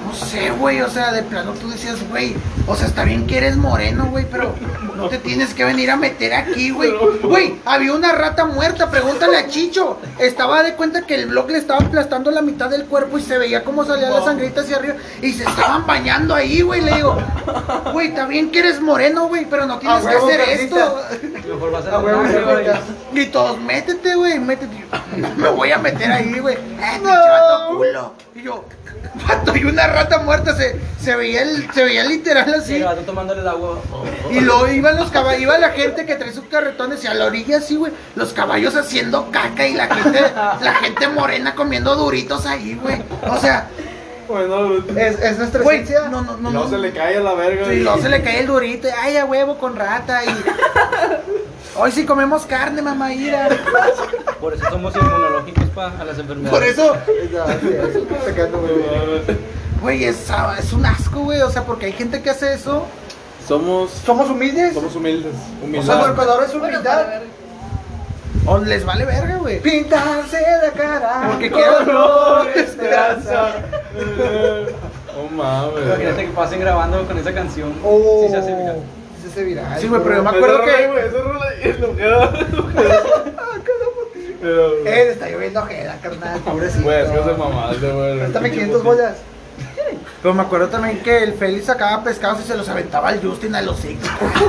Speaker 1: No sé, güey, o sea, de plano tú decías, güey, o sea, está bien que eres moreno, güey, pero no te tienes que venir a meter aquí, güey. Güey, había una rata muerta, pregúntale a Chicho. Estaba de cuenta que el bloque le estaba aplastando la mitad del cuerpo y se veía cómo salía la sangrita hacia arriba y se estaban bañando ahí, güey. Le digo, güey, está bien que eres moreno, güey, pero no tienes que
Speaker 2: huevo,
Speaker 1: hacer esto.
Speaker 2: carnita.
Speaker 6: mejor vas a
Speaker 2: A huevo,
Speaker 6: drenaje, güey.
Speaker 2: carnita.
Speaker 1: Y todos, métete, güey, métete. Yo, "Ah, No me voy a meter ahí, güey. Ah, pinche vato culo. Y yo, vato, y una rata muerta se, se veía el- se veía literal
Speaker 6: Sí,
Speaker 1: así.
Speaker 6: vas tú tomándole el agua.
Speaker 1: Y luego iban los caballos, iba la gente que trae sus carretones y a la orilla así, güey, los caballos haciendo caca y la gente, la gente morena comiendo duritos ahí, güey. O sea,
Speaker 5: Bueno,
Speaker 2: Es, es nuestra
Speaker 1: güey,
Speaker 2: esencia.
Speaker 1: no, no, no.
Speaker 5: y luego
Speaker 1: no.
Speaker 5: se le cae a la verga.
Speaker 1: Y
Speaker 5: y-
Speaker 1: luego se le cae el durito, y, ay, a huevo con rata y hoy sí comemos carne, mamá ira.
Speaker 6: Por eso somos inmunológicos pa, a las enfermedades.
Speaker 1: Por eso
Speaker 2: No, sí, eso me está quedando muy bien.
Speaker 1: Güey, es, es un asco, güey. O sea, porque hay gente que hace eso.
Speaker 5: Somos,
Speaker 2: ¿Somos humildes?
Speaker 5: somos humildes.
Speaker 2: O sea,
Speaker 5: Humildad.
Speaker 2: el color es
Speaker 4: Bueno, para
Speaker 2: humildad.
Speaker 4: ver.
Speaker 1: O les vale verga, güey.
Speaker 2: Pintarse la cara.
Speaker 1: Porque
Speaker 2: con
Speaker 1: quiero
Speaker 2: color,
Speaker 5: Oh mames.
Speaker 6: Imagínate que pasen grabando con esa canción.
Speaker 2: Oh,
Speaker 6: Sí se hace viral.
Speaker 2: sí se hace viral.
Speaker 1: Sí, güey, pero me
Speaker 5: Esa
Speaker 1: acuerdo
Speaker 5: rola,
Speaker 1: que-
Speaker 5: güey, esa rola es lo que.
Speaker 2: Eh, está lloviendo ojeda, carnal, pobrecito.
Speaker 5: Güey, es que se mamaste, güey.
Speaker 2: Préstame 500 bolas.
Speaker 1: Pero me acuerdo también que el Félix sacaba pescados y se los aventaba al Justin a los hijos.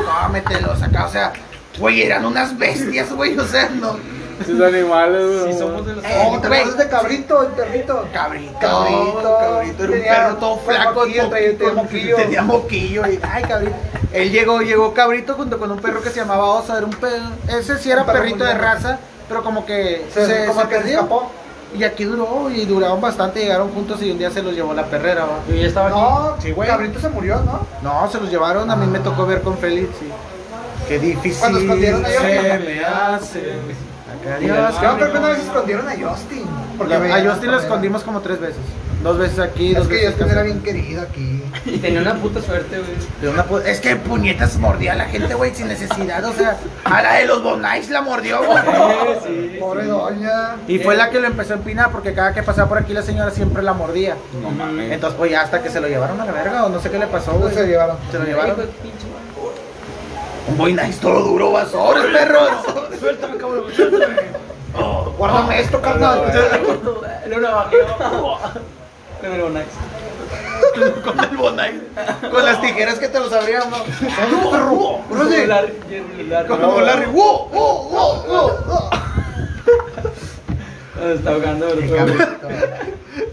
Speaker 1: Ah, mételos acá. O sea, güey, eran unas bestias, güey. O sea, no.
Speaker 5: Sus animales, güey.
Speaker 6: Sí somos de los
Speaker 1: Eh,
Speaker 2: Oh, ¿te acuerdas de cabrito, el perrito?
Speaker 1: Cabrito,
Speaker 2: Cabrito.
Speaker 1: cabrito, era un
Speaker 2: Tenía
Speaker 1: perro todo flaco,
Speaker 2: moquillo,
Speaker 1: moquillo,
Speaker 2: traía- tenía moquillo.
Speaker 1: tenía moquillo, y, ay cabrito. Él llegó, llegó cabrito junto con un perro que se llamaba Osa, era un perro, ese sí era
Speaker 2: Un perro
Speaker 1: perrito de
Speaker 2: mundial.
Speaker 1: raza, pero como que
Speaker 2: Se, como que se
Speaker 1: perdió.
Speaker 2: escapó.
Speaker 1: Y aquí duró y duraron bastante, llegaron juntos y un día se los llevó la perrera. ¿va?
Speaker 6: Yo ya estaba aquí.
Speaker 2: No,
Speaker 1: Sí, güey.
Speaker 2: cabrito se murió, ¿no?
Speaker 1: No, se los llevaron, a mí
Speaker 2: Ah.
Speaker 1: me tocó ver con Félix. sí. Qué difícil.
Speaker 2: Cuando escondieron a Justin.
Speaker 1: se me hace. Acá Dios,
Speaker 2: Yo creo que una vez escondieron a Justin. Porque
Speaker 1: La-
Speaker 2: veían
Speaker 1: a Justin lo
Speaker 2: la
Speaker 1: escondimos como tres veces. Dos veces aquí,
Speaker 2: Es
Speaker 1: dos
Speaker 2: que
Speaker 1: veces
Speaker 2: Justin
Speaker 1: acá.
Speaker 2: era bien querido aquí.
Speaker 6: Y tenía una puta suerte, güey.
Speaker 1: Pero una pu- es que puñetas mordía a la gente, güey, sin necesidad. O sea, a la de los Bonais la mordió, güey.
Speaker 6: Sí,
Speaker 2: Pobre doña.
Speaker 1: Y fue la que lo empezó a empinar porque cada que pasaba por aquí la señora siempre la mordía.
Speaker 5: No mames.
Speaker 1: Entonces, pues ya hasta que se lo llevaron a la verga o no sé qué le pasó,
Speaker 2: No
Speaker 1: güey.
Speaker 2: se llevaron.
Speaker 1: Se lo
Speaker 4: Hijo de
Speaker 1: llevaron.
Speaker 4: pinche madre.
Speaker 1: Un Bonais todo duro, basores, perro. Suéltame, cabrón, Guárdame esto, carnal.
Speaker 6: Lo navajé. Pero lo nice.
Speaker 1: Con el Bonais. Con las tijeras que te los abrían, ¿no? perro!
Speaker 6: Como Larry, Jerry, Larry.
Speaker 1: Como Larry. ¡Wow, wow, wow, wow!
Speaker 6: Ah, Está ahogando, bro.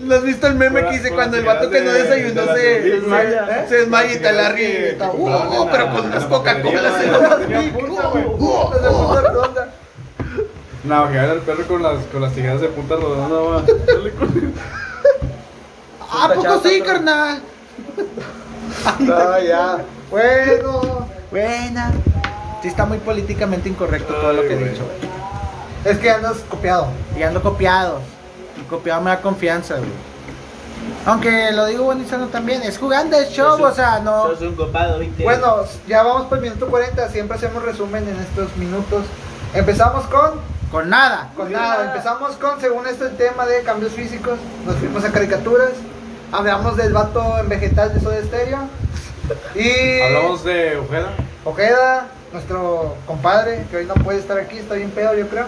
Speaker 1: ¿No has visto el meme
Speaker 5: Con
Speaker 1: que
Speaker 5: la-
Speaker 1: hice
Speaker 5: con
Speaker 1: cuando
Speaker 5: las
Speaker 1: el vato que no
Speaker 5: tijeras de-
Speaker 1: desayunó
Speaker 5: de las
Speaker 1: se,
Speaker 5: tijeras,
Speaker 1: se-
Speaker 5: ¿eh?
Speaker 1: se desmaya y te
Speaker 5: Las
Speaker 1: la
Speaker 5: tijeras que
Speaker 1: ríe?
Speaker 5: compraban en la-
Speaker 1: pero con
Speaker 5: en
Speaker 1: unas
Speaker 5: la
Speaker 1: Coca-Cola se
Speaker 5: papelería,
Speaker 1: lo
Speaker 5: güey. Tenía punta, güey.
Speaker 1: Uh,
Speaker 2: Los de
Speaker 1: uh.
Speaker 2: punta redonda.
Speaker 5: No, que era el perro con las, con las tijeras de punta rodando, güey. Dale, cu-
Speaker 1: Ah, ¿A poco sí, carnal?
Speaker 2: No, ya. Bueno.
Speaker 1: Buena. Sí está muy políticamente incorrecto todo lo que he
Speaker 5: Ay, güey.
Speaker 1: dicho. güey.
Speaker 2: Es que andas copiado.
Speaker 1: Y ando copiado. Y copiado me da confianza, güey. Aunque lo digo bonizando también, es jugando el show, o sea, no.
Speaker 2: Bueno, ya vamos por el minuto 40. Siempre hacemos resumen en estos minutos. Empezamos con.
Speaker 1: Con nada.
Speaker 2: Con Pues nada. Empezamos con, según esto, el tema de cambios físicos. Nos fuimos a caricaturas. Hablamos del vato en vegetal de Soda Stereo. Y.
Speaker 5: Hablamos de Ojeda. Pues,
Speaker 2: Ojeda, nuestro compadre, que hoy no puede estar aquí, está bien pedo, yo creo.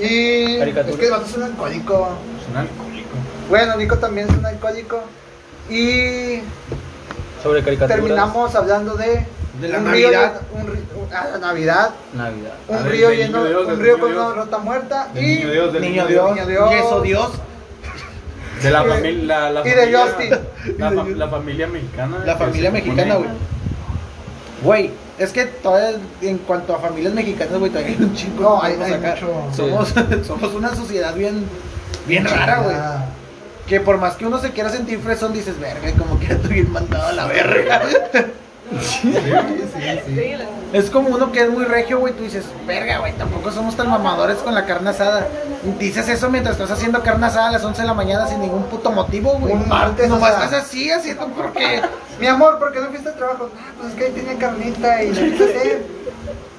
Speaker 2: Y
Speaker 6: Caricaturas.
Speaker 2: es que el vato es un alcohólico.
Speaker 5: Es un alcohólico.
Speaker 2: Bueno, Nico también es un alcohólico. Y
Speaker 6: Sobre caricaturas.
Speaker 2: terminamos hablando de,
Speaker 1: De la
Speaker 2: un río
Speaker 1: Navidad.
Speaker 2: lleno- un ri- un- ah, la Navidad,
Speaker 6: Navidad.
Speaker 2: un
Speaker 5: Ah, del-
Speaker 2: río
Speaker 5: del
Speaker 2: lleno,
Speaker 5: Niño Dios,
Speaker 2: un
Speaker 5: del
Speaker 2: río
Speaker 5: Niño
Speaker 2: con una
Speaker 5: Dios.
Speaker 2: rota muerta
Speaker 5: Del
Speaker 2: y
Speaker 5: niño Dios, del
Speaker 1: Niño
Speaker 5: niño
Speaker 1: Dios,
Speaker 2: Niño Dios.
Speaker 1: Yeso Dios,
Speaker 5: De la familia. La, la
Speaker 1: Y de
Speaker 5: familia-
Speaker 1: Justin.
Speaker 5: La,
Speaker 1: Y de
Speaker 5: fa-
Speaker 1: Justin.
Speaker 5: la familia mexicana.
Speaker 1: La
Speaker 5: que
Speaker 1: familia
Speaker 5: se supone-
Speaker 1: mexicana, güey. Güey, es que todavía en cuanto a familias mexicanas, güey, todavía hay un chingo.
Speaker 2: No,
Speaker 1: que
Speaker 2: hay-
Speaker 1: podemos
Speaker 2: hay mucho.
Speaker 1: Somos, somos una sociedad bien, bien rara, güey.
Speaker 5: Ah.
Speaker 1: Que por más que uno se quiera sentir fresón, dices, verga, como que estoy bien mandado a la verga.
Speaker 2: Sí, sí, sí.
Speaker 4: Sí, la-
Speaker 1: Es como uno que es muy regio, güey, tú dices, verga, güey, tampoco somos tan mamadores con la carne asada. Dices eso mientras estás haciendo carne asada a las 11 de la mañana sin ningún puto motivo, güey.
Speaker 2: Un martes,
Speaker 1: Nomás
Speaker 2: o sea.
Speaker 1: estás así haciendo porque...
Speaker 2: Mi amor, ¿por qué no fuiste al trabajo? Ah, pues es que ahí tenía carnita y la quise hacer.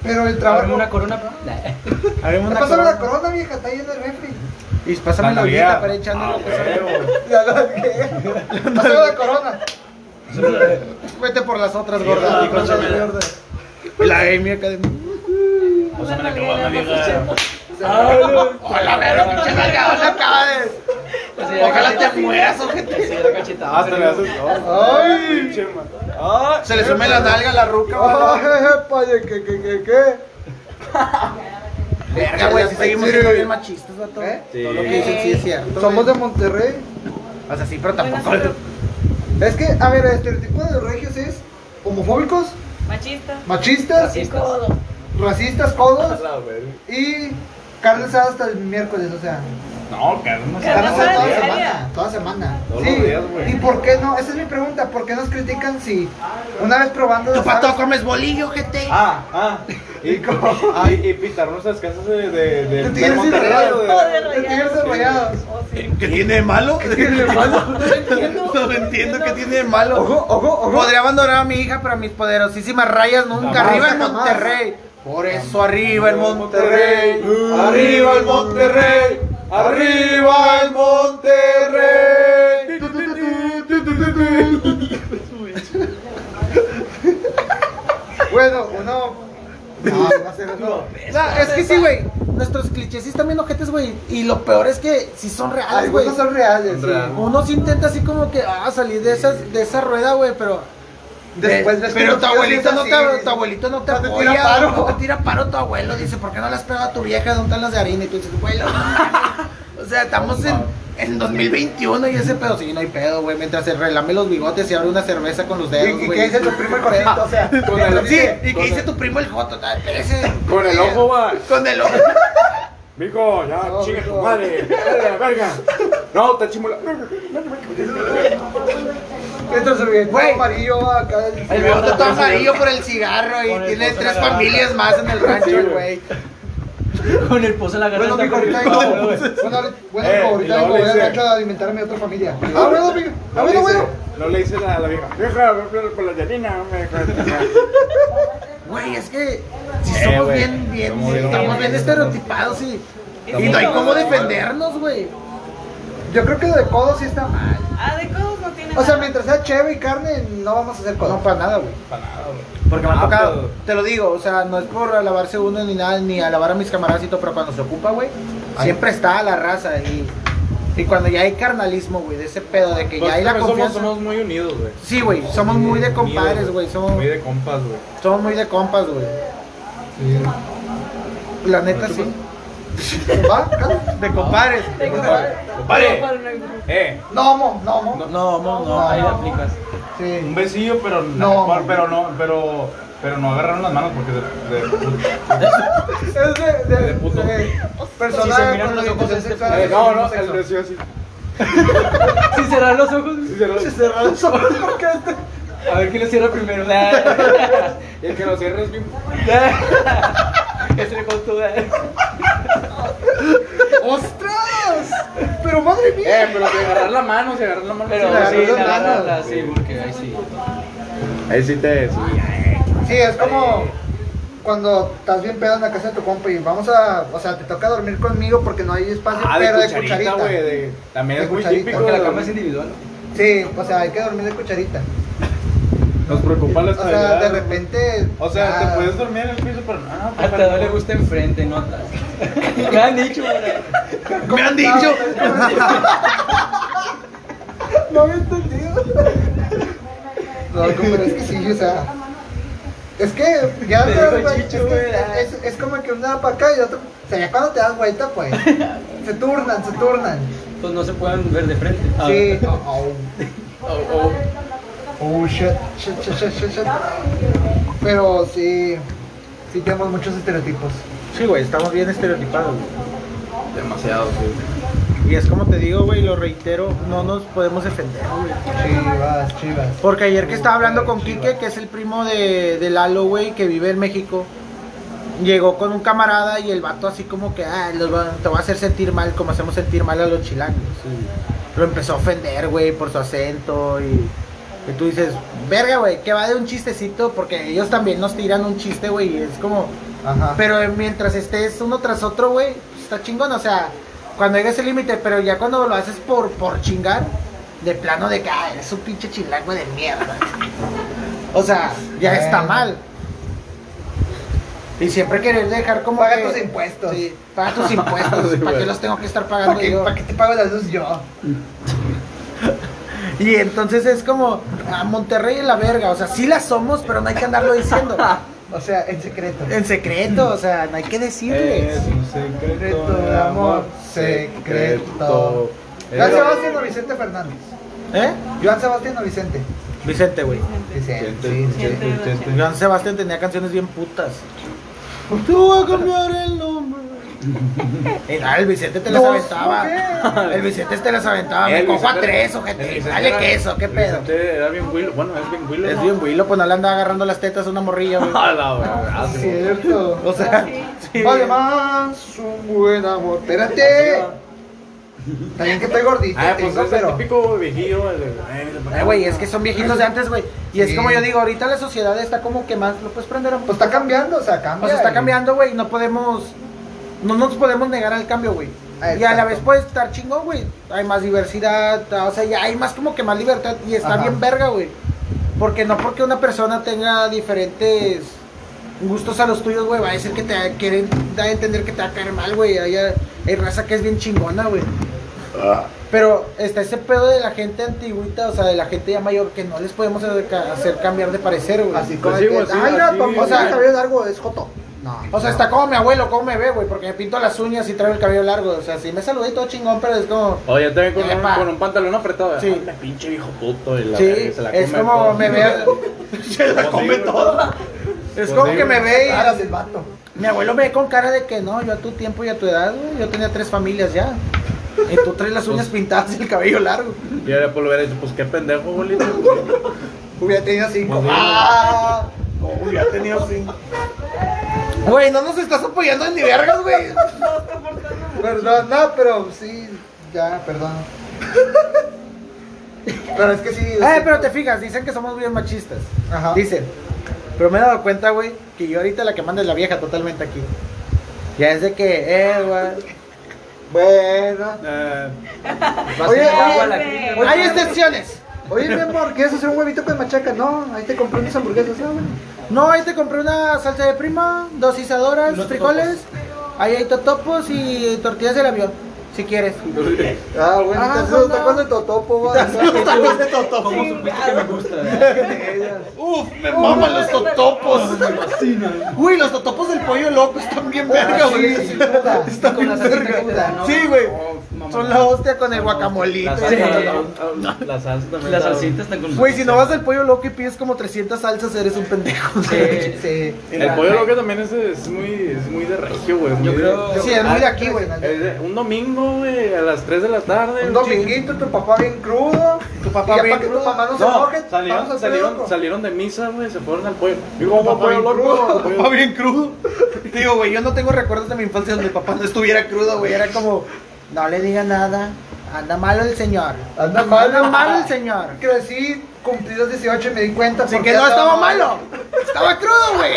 Speaker 2: Pero el trabajo.
Speaker 6: una corona?
Speaker 1: Abrimos
Speaker 2: Me
Speaker 1: una
Speaker 2: pasaron
Speaker 1: corona.
Speaker 2: la corona, vieja, está lleno el refri.
Speaker 1: Y pásame la
Speaker 5: Navidad.
Speaker 1: ollita para echándole. pues,
Speaker 5: Ah,
Speaker 1: pásame-
Speaker 5: güey.
Speaker 2: Ya lo dije. Pasaron la corona.
Speaker 1: Vete por las otras,
Speaker 5: Sí,
Speaker 1: gordas.
Speaker 5: ah,
Speaker 1: hijo de
Speaker 5: pásamela.
Speaker 1: mierda. La Amy acá de...
Speaker 5: Pásame la
Speaker 4: Ándale,
Speaker 5: caguama,
Speaker 4: la
Speaker 5: vieja.
Speaker 1: Hola, verga, pinche verga, ¿dónde acabas? Ojalá te mueras, ojete.
Speaker 5: Ah, te le haces
Speaker 2: Ay.
Speaker 5: Pinche ma- Ah,
Speaker 1: Se le sume la nalga a la ruca, güey.
Speaker 2: Ay, de que, que, que, que.
Speaker 1: Verga, güey, si seguimos siendo bien machistas, vato.
Speaker 2: ¿Eh?
Speaker 5: Sí.
Speaker 1: Todo lo que dicen sí es cierto.
Speaker 2: Somos de
Speaker 1: güey.
Speaker 2: Monterrey.
Speaker 1: O sea, sí, pero tampoco.
Speaker 4: Bueno,
Speaker 2: Es que, a ver, el estereotipo de los regios es homofóbicos,
Speaker 4: Machista.
Speaker 2: machistas,
Speaker 4: Codo.
Speaker 2: racistas, codos
Speaker 5: la verga.
Speaker 2: y carne asada hasta el miércoles, o sea.
Speaker 5: No, carne
Speaker 2: Carne
Speaker 4: Carne
Speaker 2: asada
Speaker 4: asada
Speaker 2: toda
Speaker 4: diaria.
Speaker 2: semana, toda semana.
Speaker 5: Todos
Speaker 2: Sí.
Speaker 5: los días, güey.
Speaker 2: ¿Y por qué no? Esa es mi pregunta, ¿por qué nos critican si una vez probando
Speaker 1: Tu
Speaker 2: las
Speaker 1: pato
Speaker 2: alas-
Speaker 1: comes bolillo, ojete.
Speaker 5: Ah, ah. Y, y, y pintar nuestras casas de, de, de,
Speaker 2: De
Speaker 5: de
Speaker 2: tigres
Speaker 5: Monterrey,
Speaker 2: enrayados.
Speaker 5: güey.
Speaker 4: Joder,
Speaker 2: De tigres enrayados.
Speaker 4: Oh, sí.
Speaker 1: ¿Qué tiene de malo? No entiendo qué tiene de malo.
Speaker 2: Ojo, ojo, ojo.
Speaker 1: Podría abandonar a mi hija, pero mis poderosísimas rayas nunca.
Speaker 5: Jamás,
Speaker 1: Arriba el
Speaker 2: jamás.
Speaker 1: Monterrey. Por eso arriba el Monterrey.
Speaker 5: arriba el Monterrey, arriba el Monterrey.
Speaker 2: Bueno, uno. No, no sé, uno.
Speaker 1: No, es que sí, güey. Nuestros clichés sí están bien ojetes, güey. Y lo peor es que sí son reales, güey.
Speaker 2: Algunos Ah, son reales. sí.
Speaker 5: Real.
Speaker 1: Uno sí intenta así como que ah, salir de esas, de esa rueda, güey, pero.
Speaker 2: Después ves que
Speaker 1: pero
Speaker 2: los
Speaker 1: tu
Speaker 2: tíos
Speaker 1: abuelito
Speaker 2: dicen
Speaker 1: no
Speaker 2: así,
Speaker 1: te, tu abuelito no te
Speaker 2: no te
Speaker 1: apoya,
Speaker 2: tira paro.
Speaker 1: no te tira paro tu abuelo, dice, ¿por qué no las pega a tu vieja? ¿Dónde están las de harina? Y tú dices, güey, no mames". o sea, estamos en, en 2021 y ese pedo, sí, no hay pedo, güey, mientras se relame los bigotes y abre una cerveza con los dedos,
Speaker 2: ¿Y- ¿Y
Speaker 1: güey.
Speaker 2: qué dice tu primo el cortito? O sea,
Speaker 5: Con el-
Speaker 1: Sí,
Speaker 2: dice,
Speaker 1: ¿y qué dice tu primo el Joto? Ah, ese-
Speaker 5: Con el ojo, va.
Speaker 1: Con el ojo.
Speaker 5: Mijo, ya,
Speaker 2: No,
Speaker 5: chinga tu
Speaker 2: mijo.
Speaker 5: madre. Dale la verga. No, te chimula.
Speaker 2: Entra su billete
Speaker 1: Güey.
Speaker 2: amarillo acá.
Speaker 1: El bigote todo amarillo por el cigarro y tiene tres familias más en el
Speaker 5: Sí,
Speaker 1: rancho,
Speaker 5: güey.
Speaker 1: güey.
Speaker 6: Con el pozo en la
Speaker 2: Bueno,
Speaker 6: garganta.
Speaker 2: mijo, ahorita
Speaker 6: con el
Speaker 2: vengo.
Speaker 6: pavo, güey.
Speaker 2: Bueno, ahorita-
Speaker 5: Eh,
Speaker 2: bueno, mijo,
Speaker 5: y
Speaker 2: ahorita vengo.
Speaker 5: luego
Speaker 2: Voy
Speaker 5: le
Speaker 2: al
Speaker 5: dice-
Speaker 2: rancho a alimentar a mi otra familia. Ah, bueno, mijo. Ah, bueno, bueno.
Speaker 5: No le dices a la vieja. Vieja, ve por- por la llanina. me dejaste".
Speaker 1: Güey, es que si
Speaker 5: Eh,
Speaker 1: somos
Speaker 5: güey,
Speaker 1: bien, bien,
Speaker 5: somos bien
Speaker 1: estamos bien
Speaker 5: hombres.
Speaker 1: estereotipados y, y no hay
Speaker 5: Estamos-
Speaker 1: cómo defendernos, güey.
Speaker 2: Yo creo que lo de codo sí está mal.
Speaker 4: Ah, de codos no tiene
Speaker 2: O sea,
Speaker 4: nada.
Speaker 2: mientras sea cheve y carne, no vamos a hacer codo.
Speaker 1: No, para nada, güey. Porque me ha tocado, te lo digo, o sea, no es por alabarse uno ni nada, ni alabar a mis camaradas y todo, pero cuando se ocupa, güey, siempre está la raza y, y cuando ya hay carnalismo, güey, de ese pedo, de que
Speaker 2: Pues,
Speaker 1: ya hay la
Speaker 5: Pero Pues, somos,
Speaker 1: confianza.
Speaker 5: somos muy unidos, güey.
Speaker 1: Sí, güey, somos muy de compadres,
Speaker 5: Unidos,
Speaker 1: güey, somos,
Speaker 5: Muy de compas, güey.
Speaker 1: somos muy de compas, güey. La neta, sí.
Speaker 2: ¿Va? ¿Carne?
Speaker 1: De compadres.
Speaker 4: Tengo-
Speaker 5: Compadre, compadre. Eh,
Speaker 2: No, mo, no, mo.
Speaker 6: No, mo, no, ahí la aplicas.
Speaker 5: un
Speaker 2: Sí.
Speaker 5: besillo, pero
Speaker 2: No,
Speaker 5: pero,
Speaker 2: mami.
Speaker 5: pero no, pero, pero no agarraron las manos porque de- de-
Speaker 2: Es de, de,
Speaker 5: De puto.
Speaker 2: de
Speaker 6: Si se
Speaker 2: persona
Speaker 6: miran
Speaker 2: con
Speaker 6: los ojos,
Speaker 2: orientación
Speaker 6: este-
Speaker 2: sexual.
Speaker 5: Eh, no, no, el
Speaker 2: homosexual.
Speaker 5: besillo así.
Speaker 6: Si cerrar los ojos.
Speaker 5: Sí, se lo-
Speaker 2: Se cerraron los ojos porque este.
Speaker 6: A ver quién lo cierra primero.
Speaker 5: Y el que lo cierre es bien.
Speaker 6: Ese le costó.
Speaker 2: ¡Ostras! Pero madre mía.
Speaker 5: Eh, pero si agarrar la mano, si agarrar la mano.
Speaker 6: Pero
Speaker 5: sí,
Speaker 2: la
Speaker 5: la-
Speaker 6: sí,
Speaker 2: agarró
Speaker 6: la
Speaker 2: dando.
Speaker 6: agarra, sí, porque ahí sí.
Speaker 5: Ahí sí te. sí.
Speaker 2: Sí, es como
Speaker 5: eh.
Speaker 2: cuando estás bien pedo en la casa de tu compa y vamos a, o sea, te toca dormir conmigo porque no hay espacio,
Speaker 5: Ah,
Speaker 2: pero
Speaker 5: de
Speaker 2: de
Speaker 5: cucharita,
Speaker 2: cucharita.
Speaker 5: güey. de- También
Speaker 2: De
Speaker 5: es muy
Speaker 2: cucharita.
Speaker 5: típico.
Speaker 6: Porque
Speaker 5: de
Speaker 6: la cama es
Speaker 5: dormir.
Speaker 6: individual.
Speaker 2: Sí, o sea, hay que dormir de cucharita.
Speaker 5: Nos preocupa la
Speaker 2: O sea,
Speaker 5: estabilidad.
Speaker 2: de repente.
Speaker 5: O sea,
Speaker 2: ah,
Speaker 5: te puedes dormir en el piso, pero. Ah, pues,
Speaker 6: Hasta no
Speaker 5: pero-
Speaker 6: le gusta enfrente, no atrás. Me han dicho, güey.
Speaker 1: Me han dicho.
Speaker 2: No había entendido. No, no, pero es que sí, o sea. Es que ya
Speaker 6: Te
Speaker 2: te das
Speaker 6: digo,
Speaker 2: vuelta,
Speaker 6: Chicho,
Speaker 2: es, que
Speaker 6: güey, ah.
Speaker 2: es- es como que una para acá y otra. O sea, ya cuando te das vuelta, pues. Se turnan, se turnan.
Speaker 6: pues no se puedan ver de frente. Ah,
Speaker 2: Sí.
Speaker 6: o-
Speaker 2: Oh, shit, shit, shit, shit, shit, shit. Pero sí, sí tenemos muchos estereotipos.
Speaker 1: Sí, güey, estamos bien estereotipados.
Speaker 5: Demasiado, sí.
Speaker 1: Y es como te digo, güey, lo reitero, no nos podemos defender, güey.
Speaker 2: Chivas, chivas.
Speaker 1: Porque ayer que estaba hablando con Quique, que es el primo de, de Lalo, güey, que vive en México, llegó con un camarada y el vato así como que, ah, los va- te va a hacer sentir mal, como hacemos sentir mal a los chilangos. y lo empezó a ofender, güey, por su acento y... Que tú dices, verga, güey, que va de un chistecito, porque ellos también nos tiran un chiste, güey, y es como,
Speaker 2: Ajá.
Speaker 1: Pero eh, mientras estés uno tras otro, güey, pues, está chingón. O sea, cuando llegues el límite, pero ya cuando lo haces por, por chingar, de plano de que "Ah, eres un pinche chilango de mierda. O sea, ya
Speaker 2: Bueno.
Speaker 1: está mal. Y siempre querer dejar como.
Speaker 2: Paga
Speaker 1: que-
Speaker 2: tus impuestos.
Speaker 1: Sí, paga tus impuestos.
Speaker 5: Sí,
Speaker 1: ¿Para qué
Speaker 5: güey.
Speaker 1: los tengo que estar
Speaker 2: ¿Para
Speaker 1: pagando
Speaker 2: qué,
Speaker 1: yo?
Speaker 2: para qué te pago la luz yo?
Speaker 1: Y entonces es como. A Monterrey en la verga. O sea, sí la somos, pero no hay que andarlo diciendo.
Speaker 2: O sea, en secreto.
Speaker 1: En secreto, o sea, no hay que
Speaker 2: Eh,
Speaker 1: decirles.
Speaker 5: Es un secreto
Speaker 2: Secreto de amor, secreto. Joan Sebastián o Vicente Fernández.
Speaker 1: ¿Eh?
Speaker 2: Joan Sebastián o Vicente.
Speaker 1: Vicente, güey.
Speaker 2: Vicente, sí,
Speaker 4: Vicente.
Speaker 2: sí.
Speaker 1: Joan Sebastián tenía canciones bien putas. Tú Pues voy a cambiar el nombre. Y nada, el Vicente te las
Speaker 2: Dos
Speaker 1: aventaba.
Speaker 2: mujeres.
Speaker 1: El Vicente te las aventaba. Ah, Me
Speaker 5: El
Speaker 1: cojo a
Speaker 5: Vicente-
Speaker 1: tres,
Speaker 5: el
Speaker 1: ojete.
Speaker 5: Vicente
Speaker 1: Dale
Speaker 5: eh, era-
Speaker 1: queso, qué
Speaker 5: el
Speaker 1: pedo.
Speaker 5: Vicente Era bien huilo. Bueno, es bien huilo.
Speaker 1: Es
Speaker 5: ¿no? Pues,
Speaker 1: bien güilo, pues no le andaba agarrando las tetas a una morrilla, güey.
Speaker 5: A la
Speaker 1: Ah,
Speaker 5: verdad, sí.
Speaker 2: Cierto.
Speaker 1: O sea, Ah, sí.
Speaker 2: Además, un buen amor. Espérate. Está bien que estoy gordito,
Speaker 5: Ah,
Speaker 2: te
Speaker 5: pues
Speaker 2: digo,
Speaker 5: es el
Speaker 2: pero.
Speaker 5: típico viejillo. el de, "Ay, vete para
Speaker 1: Eh, güey, es que son viejitos de antes, güey. Y es
Speaker 2: Sí.
Speaker 1: como yo digo, ahorita la sociedad está como que más. ¿Lo puedes prender a un
Speaker 2: Pues está cambiando, o sea, cambia.
Speaker 1: O sea, está
Speaker 2: y-
Speaker 1: cambiando, güey, no podemos no nos podemos negar al cambio, güey.
Speaker 2: Ah,
Speaker 1: Y a la
Speaker 2: exacto.
Speaker 1: vez puede estar chingón, güey. Hay más diversidad, o sea, ya hay más como que más libertad y está
Speaker 2: Ajá.
Speaker 1: bien verga, güey. Porque no porque una persona tenga diferentes gustos a los tuyos, güey, va a decir que te quieren da a entender que te va a caer mal, güey. Hay, hay raza que es bien chingona, güey.
Speaker 5: Ah.
Speaker 1: Pero está ese pedo de la gente antigüita, o sea, de la gente ya mayor que no les podemos acerca- hacer cambiar de parecer, güey.
Speaker 2: Así como.
Speaker 5: Pues sí,
Speaker 2: que,
Speaker 5: güey, sí,
Speaker 2: Ay, mira,
Speaker 5: así,
Speaker 2: papá,
Speaker 1: o sea,
Speaker 2: cabello largo es Joto. No.
Speaker 1: O sea, está como mi abuelo, como me ve, güey, porque me pinto las uñas y traigo el cabello largo. O sea, sí me saludé y todo chingón, pero es como.
Speaker 5: Oye, yo también con,
Speaker 1: Ya,
Speaker 5: un,
Speaker 1: pa.
Speaker 5: con un pantalón apretado.
Speaker 1: Sí.
Speaker 5: Sí. pinche viejo puto. Y la
Speaker 1: sí,
Speaker 5: verga, se la
Speaker 1: es
Speaker 5: come
Speaker 1: como
Speaker 5: todo.
Speaker 1: me ve. se la come toda. Es
Speaker 5: Pues
Speaker 1: como
Speaker 5: sí,
Speaker 1: que me
Speaker 5: güey.
Speaker 1: ve
Speaker 2: Caras
Speaker 1: y.
Speaker 2: del vato.
Speaker 1: Mi abuelo me ve con cara de que no, yo a tu tiempo y a tu edad, güey, yo tenía tres familias ya. Y tú traes las uñas
Speaker 5: Pues,
Speaker 1: pintadas y el cabello largo.
Speaker 5: Y ahora pues lo hubiera dicho, pues qué pendejo, bolito.
Speaker 2: Hubiera tenido cinco.
Speaker 5: Pues sí.
Speaker 1: ¡Ah! No, ya tenía cinco. Güey, no nos estás apoyando en ni vergas, güey.
Speaker 2: Perdón, no, pero sí, ya, perdón. Pero es que sí. es
Speaker 1: Eh,
Speaker 2: que-
Speaker 1: pero te fijas, dicen que somos bien machistas.
Speaker 2: Ajá.
Speaker 1: Dicen. Pero me he dado cuenta, güey, que yo ahorita la que manda es la vieja totalmente aquí. Ya es de que, eh, güey.
Speaker 2: Bueno.
Speaker 5: Eh,
Speaker 1: pues
Speaker 6: va a
Speaker 2: Oye,
Speaker 6: ser agua la
Speaker 4: oye,
Speaker 6: clínica.
Speaker 4: oye.
Speaker 1: Hay excepciones.
Speaker 2: Oye, mi amor, ¿quieres hacer un huevito con machaca? No, ahí te compré unas hamburguesas, ¿no? güey?
Speaker 1: No, ahí te compré una salsa de prima, dos isadoras,
Speaker 6: Los
Speaker 1: frijoles. Ahí hay totopos y tortillas del avión, si quieres.
Speaker 2: Ah, bueno,
Speaker 1: Ah,
Speaker 2: entonces
Speaker 1: no,
Speaker 2: los
Speaker 1: no.
Speaker 2: tacos de totopo, güey.
Speaker 6: ¿Cómo supiste que me gusta? ¿eh?
Speaker 1: Uf, me maman los totopos. Uy, los totopos del pollo loco están bien verga, güey.
Speaker 2: Ah, sí, puta.
Speaker 1: Están
Speaker 6: Con
Speaker 1: bien
Speaker 6: la salsita que te
Speaker 1: verga.
Speaker 6: dan, ¿no?
Speaker 1: Sí, güey.
Speaker 6: Oh, mamá.
Speaker 1: Son la hostia con el guacamolito.
Speaker 5: la
Speaker 1: Sí.
Speaker 5: salsa, la, la salsa también. está-
Speaker 6: Las salsitas están con
Speaker 1: Güey, si no vas al pollo loco y pides como 300 salsas, eres un pendejo.
Speaker 6: Sí,
Speaker 2: Sí.
Speaker 5: El pollo loco también es, es, muy, es muy de regio, güey. muy
Speaker 6: Yo
Speaker 5: de-
Speaker 6: creo-
Speaker 1: Sí, es muy de aquí, güey.
Speaker 5: es de- un domingo, güey, a las 3 de la tarde.
Speaker 2: Un dominguito, tu papá bien crudo.
Speaker 1: Tu
Speaker 2: Y
Speaker 1: papá
Speaker 2: ya
Speaker 1: bien
Speaker 2: para que tu
Speaker 1: crudo.
Speaker 2: mamá no se
Speaker 5: No,
Speaker 2: moje, vamos a
Speaker 5: salieron,
Speaker 2: hacer
Speaker 5: salieron,
Speaker 2: algo.
Speaker 5: salieron de misa, güey, se fueron al pollo. Digo,
Speaker 2: Papá
Speaker 5: papá, pollo
Speaker 2: bien
Speaker 5: loco.
Speaker 1: papá bien crudo. Digo, güey, yo no tengo recuerdos de mi infancia donde papá no estuviera crudo, güey. Era como, no le diga nada. Anda malo el señor.
Speaker 2: Anda malo.
Speaker 1: Anda malo el señor.
Speaker 2: Crecí, cumplí los 18 y me di cuenta.
Speaker 1: Así
Speaker 2: porque
Speaker 1: que no
Speaker 2: ya
Speaker 1: estaba malo. Estaba crudo, güey.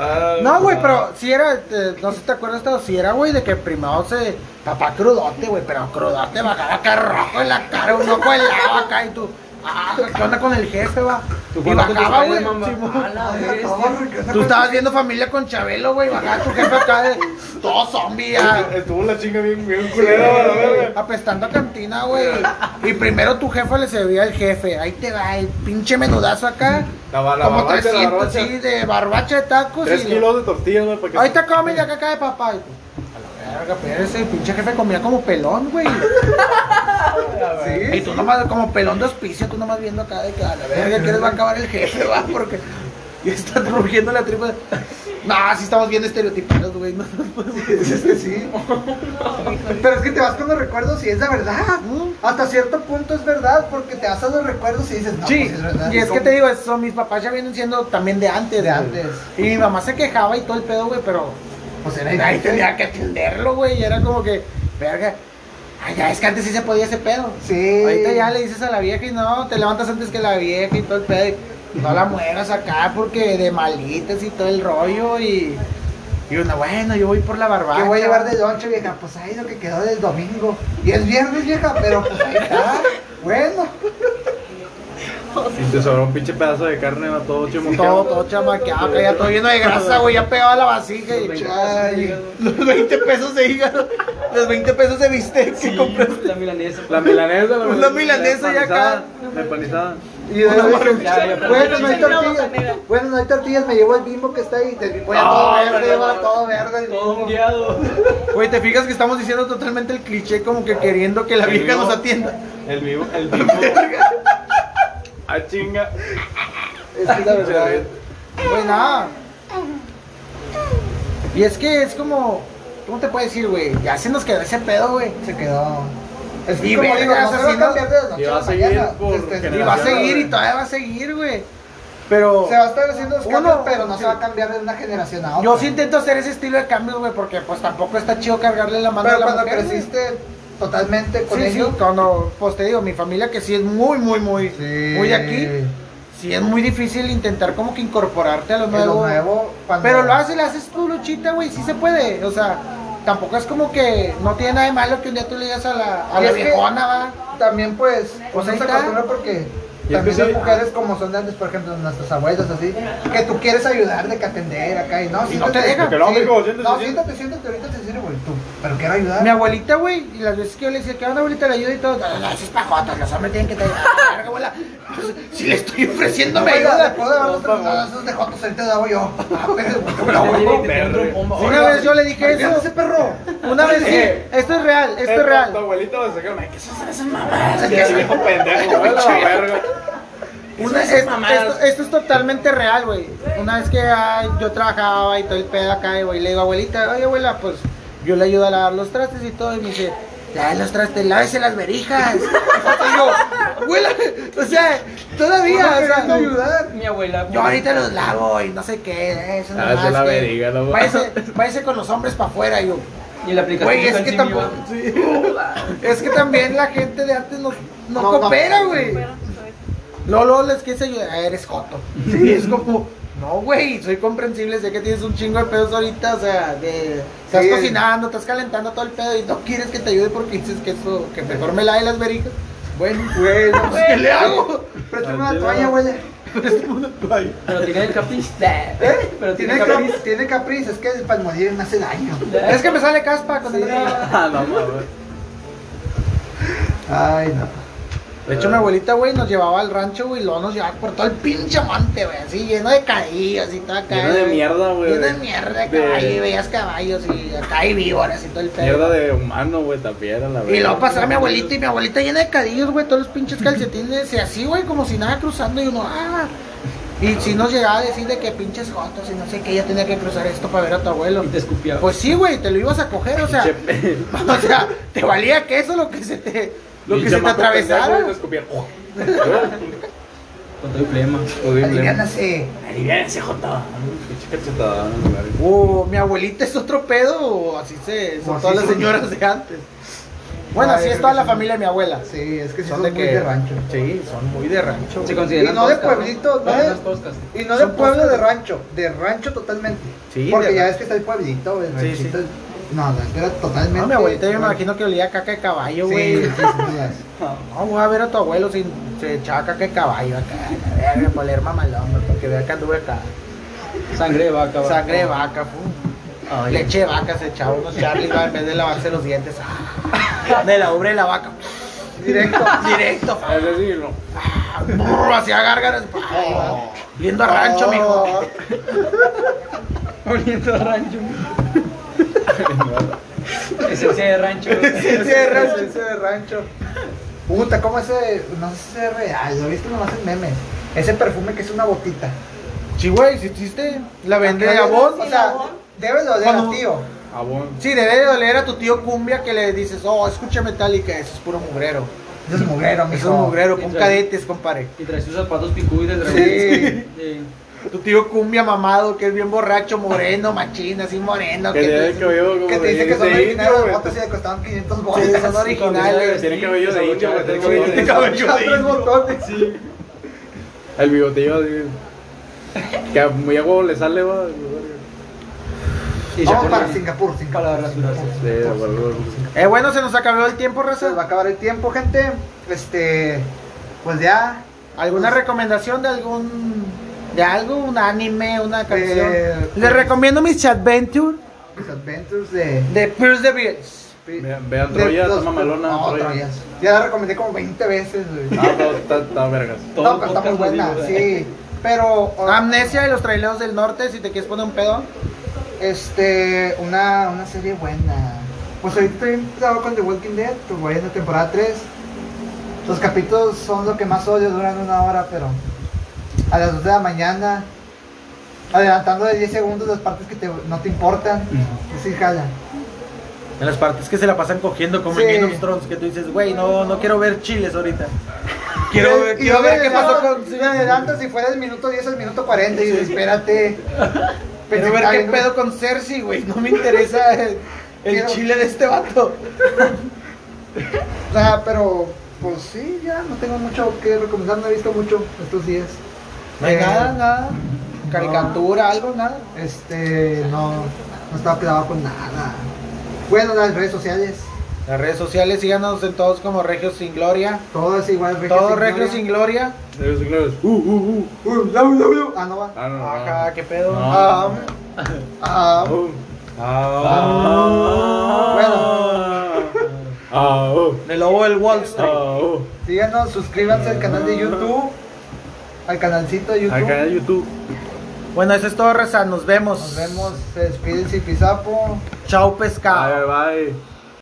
Speaker 1: Ah, No, güey, pero si era, eh, no sé si te acuerdas, pero si era, güey, de que primero se, papá crudote, güey, pero crudote, bajaba acá rojo en la cara, un ojo helado acá y tú, ah, ¿qué onda con el jefe, va?
Speaker 6: ¿Tú
Speaker 1: Y
Speaker 6: cuándo con
Speaker 1: bajaba,
Speaker 6: tus
Speaker 1: güey.
Speaker 6: padres, mamá?
Speaker 1: Simón.
Speaker 6: A la
Speaker 2: Ay,
Speaker 6: bestia.
Speaker 2: cabrón, ¿qué onda
Speaker 1: Tú
Speaker 2: con-
Speaker 1: estabas viendo familia con Chabelo, güey, bajaba tu jefe acá de todo zombie, ya,
Speaker 5: Estuvo la chinga bien, bien culera, la verga.
Speaker 1: apestando a cantina, güey. Y primero tu jefa le servía al jefe, ahí te va, el pinche menudazo acá.
Speaker 5: La ba- la
Speaker 1: como
Speaker 5: barbacha, la
Speaker 1: 300,
Speaker 5: barbacha.
Speaker 1: sí, de barbacha de tacos.
Speaker 5: Tres
Speaker 1: y de-
Speaker 5: kilos de tortillas, güey, para que
Speaker 1: Ahorita come la caca de papá. Verga, pero ese pinche jefe comía como pelón, güey. Sí, y tú nomás como pelón de hospicio, tú nomás viendo acá de que a la verga, ¿quieres va a acabar el jefe, va? Porque ya está rugiendo la tripa. No, sí estamos bien estereotipados, güey. No, no podemos decir que sí.
Speaker 2: Pero es que te vas con los recuerdos y es la verdad. Hasta cierto punto es verdad, porque te vas a los recuerdos y dices, no,
Speaker 1: Sí,
Speaker 2: pues es verdad.
Speaker 1: y es que te digo, eso, mis papás ya vienen siendo también de antes.
Speaker 2: De
Speaker 1: güey.
Speaker 2: antes.
Speaker 1: Y mi mamá se quejaba y todo el pedo, güey, pero
Speaker 2: Pues era
Speaker 1: ahí, ahí tenía que atenderlo, güey. Y era como que, verga, ay, ya es que antes sí se podía ese pedo.
Speaker 2: Sí.
Speaker 1: Ahorita ya le dices a la vieja y no, te levantas antes que la vieja y todo el pedo. y no la mueras acá porque de malitas y todo el rollo. Y, y uno, bueno, yo voy por la barbacoa.
Speaker 2: ¿Qué voy a llevar de lonche, vieja? Pues ahí lo que quedó del domingo. Y es viernes, vieja, pero pues ahí está. Bueno.
Speaker 5: Y te sobró un pinche pedazo de carne, va todo
Speaker 1: Todo,
Speaker 5: chimoteado.
Speaker 1: todo chamaqueado, que ya todo lleno de grasa, güey, ya pegado a la vasija y
Speaker 2: Ay.
Speaker 1: los 20 pesos de hígado, los 20 pesos de bistec que compré.
Speaker 6: la milanesa.
Speaker 5: La milanesa, la
Speaker 1: Una milanesa ya acá.
Speaker 5: La empanizada.
Speaker 2: Y de-
Speaker 6: Ya, ya, ya.
Speaker 1: pues,
Speaker 2: bueno, no hay
Speaker 4: Sí, no,
Speaker 2: tortillas.
Speaker 4: mira.
Speaker 2: Bueno, no hay tortillas, me llevo el bimbo que está ahí. Del bimbo ya
Speaker 5: No,
Speaker 2: todo
Speaker 1: Ah,
Speaker 2: verde,
Speaker 5: no, no,
Speaker 2: va
Speaker 5: no.
Speaker 2: todo verde. el
Speaker 6: Todo
Speaker 2: bimbo.
Speaker 6: guiado.
Speaker 1: Güey, te fijas que estamos diciendo totalmente el cliché, como que queriendo que la
Speaker 5: El
Speaker 1: vieja
Speaker 5: vivo.
Speaker 1: nos atienda.
Speaker 5: El vivo, el vivo. Ah, chinga.
Speaker 2: Es que es la verdad.
Speaker 1: Pues nada. Y es que es como, ¿cómo te puedo decir, güey? Ya se nos quedó ese pedo, güey.
Speaker 2: Se quedó. Es
Speaker 1: Y
Speaker 2: que como
Speaker 1: vergas,
Speaker 2: digo, no se
Speaker 1: así
Speaker 2: va a
Speaker 1: no-
Speaker 2: cambiar de la noche
Speaker 5: Y va
Speaker 2: a
Speaker 5: a
Speaker 2: la
Speaker 5: seguir
Speaker 2: mañana.
Speaker 5: por
Speaker 2: Este,
Speaker 1: Y
Speaker 2: y
Speaker 1: va a
Speaker 5: generaciones,
Speaker 1: seguir y todavía va a seguir, güey. Pero...
Speaker 2: Se va a estar haciendo los cambios,
Speaker 1: Uno,
Speaker 2: pero no
Speaker 1: sí.
Speaker 2: se va a cambiar de una generación a otra.
Speaker 1: Yo sí intento hacer ese estilo de cambios, güey, porque pues tampoco está chido cargarle la mano
Speaker 2: Pero
Speaker 1: a la
Speaker 2: cuando
Speaker 1: mujer, güey.
Speaker 2: creciste totalmente con
Speaker 1: sí,
Speaker 2: ellos.
Speaker 1: sí, cuando, pues te digo, mi familia que sí es muy, muy, muy, muy de aquí, sí es muy difícil intentar como que incorporarte a lo
Speaker 2: Es
Speaker 1: nuevo.
Speaker 2: lo nuevo. cuando-
Speaker 1: Pero lo haces, lo haces tú, Luchita, güey, sí se puede, o sea, tampoco es como que no tiene nada de malo que un día tú le digas a la, a
Speaker 2: Y
Speaker 1: la
Speaker 2: es que-
Speaker 1: viejona, va.
Speaker 2: También, pues,
Speaker 1: Pues
Speaker 2: uno
Speaker 1: ahí
Speaker 2: se
Speaker 1: está.
Speaker 2: acostumbra porque
Speaker 5: Y es que
Speaker 2: también las
Speaker 5: sí.
Speaker 2: mujeres como son de antes, por ejemplo, nuestros abuelos, así, que tú quieres ayudar, de que atender acá y no,
Speaker 1: Y no te dejan.
Speaker 5: Que no,
Speaker 2: Sí.
Speaker 5: amigo, siéntese,
Speaker 2: No,
Speaker 5: siéntese.
Speaker 2: siéntate, siéntate, ahorita te sirve, güey, tú, pero quiero ayudar.
Speaker 1: Mi abuelita, güey, y las veces que yo le decía, que onda, abuelita? Le ayuda y todo. No, no, esas pajotas, los hombres tienen que traer. "Ah, verga, abuela, pues, si le estoy ofreciendo, me
Speaker 2: Oiga,
Speaker 1: ayuda.
Speaker 2: ¿le puedo dar
Speaker 5: No,
Speaker 2: otros
Speaker 5: por favor.
Speaker 2: pedazos de jotos? Ahorita te hago yo. Ah, pero, güey,
Speaker 6: Ya
Speaker 2: no,
Speaker 6: te
Speaker 2: güey.
Speaker 6: diré que te
Speaker 5: perro.
Speaker 6: entra un pombo.
Speaker 1: Una vez yo le dije
Speaker 2: Maldito
Speaker 1: eso.
Speaker 2: ese perro.
Speaker 1: Una vez sí, esto es real, esto es real.
Speaker 5: Tu abuelito me sacaron, ay, ¿qué son esas mamadas? Que viejo pendejo, güey, la verga.
Speaker 1: Una- es- esto, esto es totalmente real, güey. Una vez que ay, yo trabajaba y todo el pedo acá, y güey, le digo, abuelita, oye, abuela, pues yo le ayudo a lavar los trastes y todo, y me dice, laves los trastes, lávese las verijas. y yo, abuela, o sea, todavía, o sea,
Speaker 2: Queriendo ayudar.
Speaker 6: Mi abuela.
Speaker 1: yo ahorita los lavo y no sé qué, eh, eso
Speaker 5: Lávese
Speaker 1: nomás
Speaker 5: Ah, la
Speaker 1: que-
Speaker 5: veriga, no mames.
Speaker 1: váyase, váyase con los hombres para afuera, y yo.
Speaker 6: Y la aplicación
Speaker 1: Güey, es
Speaker 6: está
Speaker 1: que
Speaker 6: en Jimmy,
Speaker 1: tampoco.
Speaker 6: va.
Speaker 1: sí. Es que también la gente de antes no, no,
Speaker 2: No, no.
Speaker 1: coopera, güey.
Speaker 4: Bueno, pues,
Speaker 1: No, luego les quise ayudar. Ah, eres joto. Sí, es como. No, güey, soy comprensible. Sé que tienes un chingo de pedos ahorita. O sea, de, estás
Speaker 2: Sí.
Speaker 1: cocinando, estás calentando todo el pedo y no quieres que te ayude porque dices que eso, que mejor me lave las verijas. Bueno, bueno, pues, ¿qué le hago?
Speaker 2: Préstame
Speaker 5: Al
Speaker 2: una
Speaker 5: chile,
Speaker 2: toalla,
Speaker 5: no.
Speaker 2: güey.
Speaker 6: Pero tiene el capriz.
Speaker 2: ¿Eh?
Speaker 6: Pero tiene
Speaker 2: tiene
Speaker 6: capriz.
Speaker 2: capriz. Tiene capriz, es que el palmolive me hace daño.
Speaker 1: Es que me sale caspa con el.
Speaker 5: Ah, no mames.
Speaker 2: Ay, no.
Speaker 1: De hecho, mi
Speaker 5: Ah,
Speaker 1: abuelita, güey, nos llevaba al rancho, güey, y luego nos llevaba por todo el pinche monte, güey, así lleno de caídas y todo acá.
Speaker 5: Lleno de
Speaker 1: güey.
Speaker 5: mierda, güey.
Speaker 1: Lleno de mierda,
Speaker 5: De-
Speaker 1: caballo, y veías caballos y acá hay víboras y todo el pedo.
Speaker 5: Mierda de humano, güey, también, a la verga.
Speaker 1: Y luego pasaba mi abuelita y mi abuelita llena de cadillos, güey, todos los pinches calcetines y así, güey, como si nada cruzando y uno, ah. Y si nos llegaba a decir de que pinches jotos y no sé qué, ella tenía que cruzar esto para ver a tu abuelo.
Speaker 6: Y te escupía.
Speaker 1: Pues sí, güey, te lo ibas a coger, o sea,
Speaker 5: Pinche-
Speaker 1: o sea, te valía que eso lo que se te, lo que
Speaker 5: Pinche
Speaker 1: se te
Speaker 5: maco
Speaker 1: atravesara.
Speaker 5: pendejo, y te escupía.
Speaker 6: Con todo el flema.
Speaker 5: Horrible.
Speaker 2: Aliviánase.
Speaker 5: Aliviánense, Jota. Pinche cachetada, no, güey.
Speaker 1: Oh, mi abuelita es otro pedo, o así se, son
Speaker 2: Así
Speaker 1: todas las
Speaker 2: son.
Speaker 1: señoras de antes. Bueno,
Speaker 2: Ay,
Speaker 1: así es
Speaker 2: creo
Speaker 1: toda
Speaker 2: que
Speaker 1: la
Speaker 2: sí.
Speaker 1: familia de mi abuela.
Speaker 2: Sí, es que sí
Speaker 1: Son
Speaker 2: son
Speaker 1: de
Speaker 2: muy
Speaker 1: que-
Speaker 2: de rancho.
Speaker 1: Sí, son muy de rancho.
Speaker 6: Se
Speaker 1: güey.
Speaker 6: consideran
Speaker 2: Y no de
Speaker 6: toscas,
Speaker 2: pueblitos,
Speaker 6: No,
Speaker 2: ¿no?
Speaker 6: no es toscas.
Speaker 2: Y no de
Speaker 1: Son
Speaker 2: pueblo
Speaker 1: postes.
Speaker 2: de rancho, de rancho totalmente.
Speaker 5: Sí,
Speaker 2: Porque
Speaker 5: de
Speaker 2: ya
Speaker 5: rancho.
Speaker 2: ves que está el pueblito, el
Speaker 5: Sí,
Speaker 2: ranchito.
Speaker 5: sí.
Speaker 2: No, no, era totalmente.
Speaker 1: No, mi abuelita yo me imagino que olía a caca de caballo,
Speaker 2: Sí,
Speaker 1: güey.
Speaker 2: sí, sin dudas.
Speaker 1: No, voy a ver a tu abuelo sin se echaba caca de caballo acá. a la verga, para oler mamalón, güey, porque vea que anduve acá.
Speaker 6: Sangre de vaca. va.
Speaker 1: Sangre de vaca, fu.
Speaker 6: Ay.
Speaker 1: Leche de vaca se echaba unos charlie va, en vez de lavarse los dientes. ah, De la ubre de la vaca. Directo, directo. fa.
Speaker 5: Es decir, no.
Speaker 1: Ah, Burro, hacía gárgaras. pa, ahí va. Viendo a rancho, mijo.
Speaker 6: Oliendo a rancho. Esencia de rancho.
Speaker 2: Esencia de rancho, esencia de rancho. Puta, ¿cómo ese? No sé si es real, lo he visto nomás en memes. Ese perfume que es una botita.
Speaker 1: Sí, güey, sí existe. La vende
Speaker 2: Acá,
Speaker 1: a vos.
Speaker 2: O sea, debe de oler a
Speaker 1: Cuando-
Speaker 2: tío.
Speaker 5: Abón.
Speaker 1: Sí, debe de doler a tu tío Cumbia que le dices, oh, escucha Metallica, eso es puro mugrero.
Speaker 2: Eso es mugrero, mijo.
Speaker 1: Eso es un mugrero, pon
Speaker 6: Entonces-
Speaker 1: cadetes, compadre.
Speaker 6: Y trae sus zapatos picudes, dragón.
Speaker 2: Sí.
Speaker 6: Sí.
Speaker 1: Tu tío Cumbia mamado, que es bien borracho, moreno, machín, así moreno.
Speaker 5: Que tiene el cabello como
Speaker 2: Que te
Speaker 5: de-
Speaker 2: dice que son
Speaker 5: de
Speaker 2: originales
Speaker 5: indio,
Speaker 2: de
Speaker 5: güey.
Speaker 2: botas y le costaban 500
Speaker 1: Sí,
Speaker 2: bolas.
Speaker 1: son originales.
Speaker 5: Tiene cabello de indio, güey, tiene cabello de
Speaker 1: Tiene
Speaker 5: indio.
Speaker 1: cabello de
Speaker 2: Tres
Speaker 1: indio.
Speaker 2: botones.
Speaker 5: El bigotillo así. Que a muy a huevo le sale, va.
Speaker 6: Y ya
Speaker 2: Vamos
Speaker 6: por-
Speaker 2: para Singapur,
Speaker 6: Para
Speaker 2: Singapur.
Speaker 6: rasurarse.
Speaker 5: Sí, a huevo.
Speaker 1: Eh, bueno, se nos acabó el tiempo,
Speaker 2: Se va a
Speaker 1: Raza.
Speaker 2: acabar el tiempo, gente. Este, pues ya.
Speaker 1: ¿Alguna
Speaker 2: Pues-
Speaker 1: recomendación de algún. de algo? ¿Un anime? ¿Una canción?
Speaker 2: Eh,
Speaker 1: Les recomiendo mis Adventure
Speaker 2: Los adventures de.
Speaker 1: de Pierce the Beers.
Speaker 5: Vean- vean Troya,
Speaker 2: los-
Speaker 5: toma malona,
Speaker 2: No,
Speaker 5: Troya.
Speaker 2: Troya. Ya la recomendé como 20 veces, güey.
Speaker 5: Ah, pero está, está vergas.
Speaker 6: Todo
Speaker 2: no,
Speaker 6: el
Speaker 2: pero está muy
Speaker 6: podcast lo
Speaker 2: buena,
Speaker 6: digo,
Speaker 2: sí. Pero. o-
Speaker 1: Amnesia de los traileos del norte, si te quieres poner un pedo.
Speaker 2: Este, una, una serie buena. Pues ahorita estoy empezado con The Walking Dead, pues voy en la temporada 3. Los capítulos son lo que más odio, duran una hora, pero a las 2 de la mañana, adelantando de 10 segundos las partes que te- no te importan, sí jala.
Speaker 1: En las partes que se la pasan cogiendo como en
Speaker 2: Sí.
Speaker 1: Game of Thrones, que tú dices, güey, no, no quiero ver chiles ahorita. Quiero
Speaker 2: Y-
Speaker 1: ver,
Speaker 2: y
Speaker 1: quiero
Speaker 2: yo
Speaker 1: ver
Speaker 2: me
Speaker 1: qué
Speaker 2: adelantaba-
Speaker 1: pasó con...
Speaker 2: me adelanto si fuera el minuto 10 al minuto 40 y dices, espérate.
Speaker 1: Quiero ver qué pedo con Cersei, güey. No me interesa el, el
Speaker 2: Quiero-
Speaker 1: chile de este vato.
Speaker 2: O sea, pero pues sí, ya no tengo mucho que recomendar, no he visto mucho estos días.
Speaker 1: No hay
Speaker 2: Eh,
Speaker 1: nada, nada. Caricatura, algo, nada.
Speaker 2: Este, no, no estaba quedado con nada. Bueno, las redes sociales,
Speaker 1: Las redes sociales, síganos en todos como Regios Sin Gloria.
Speaker 2: todo es igual. Regios
Speaker 1: Todos
Speaker 2: sin
Speaker 1: Regios Sin
Speaker 2: Gloria.
Speaker 1: Gloria.
Speaker 5: Regios sin glorias. Uh, uh, uh.
Speaker 2: Uh, no, no, no. Ah, no va.
Speaker 5: Ah, no, no.
Speaker 1: Ajá, qué pedo.
Speaker 5: No.
Speaker 2: Ah, ah,
Speaker 5: Uh.
Speaker 2: Ah.
Speaker 5: Bueno. Ah, uh.
Speaker 1: El lobo del Wall Street.
Speaker 5: Ah, uh.
Speaker 2: síganos, suscríbanse al canal de YouTube, al canalcito de YouTube.
Speaker 5: Acá en YouTube.
Speaker 1: Bueno, eso es todo, Reza. Nos vemos.
Speaker 2: Nos vemos, se despide el Cipizapo.
Speaker 1: Chao, pescado.
Speaker 5: Bye, bye.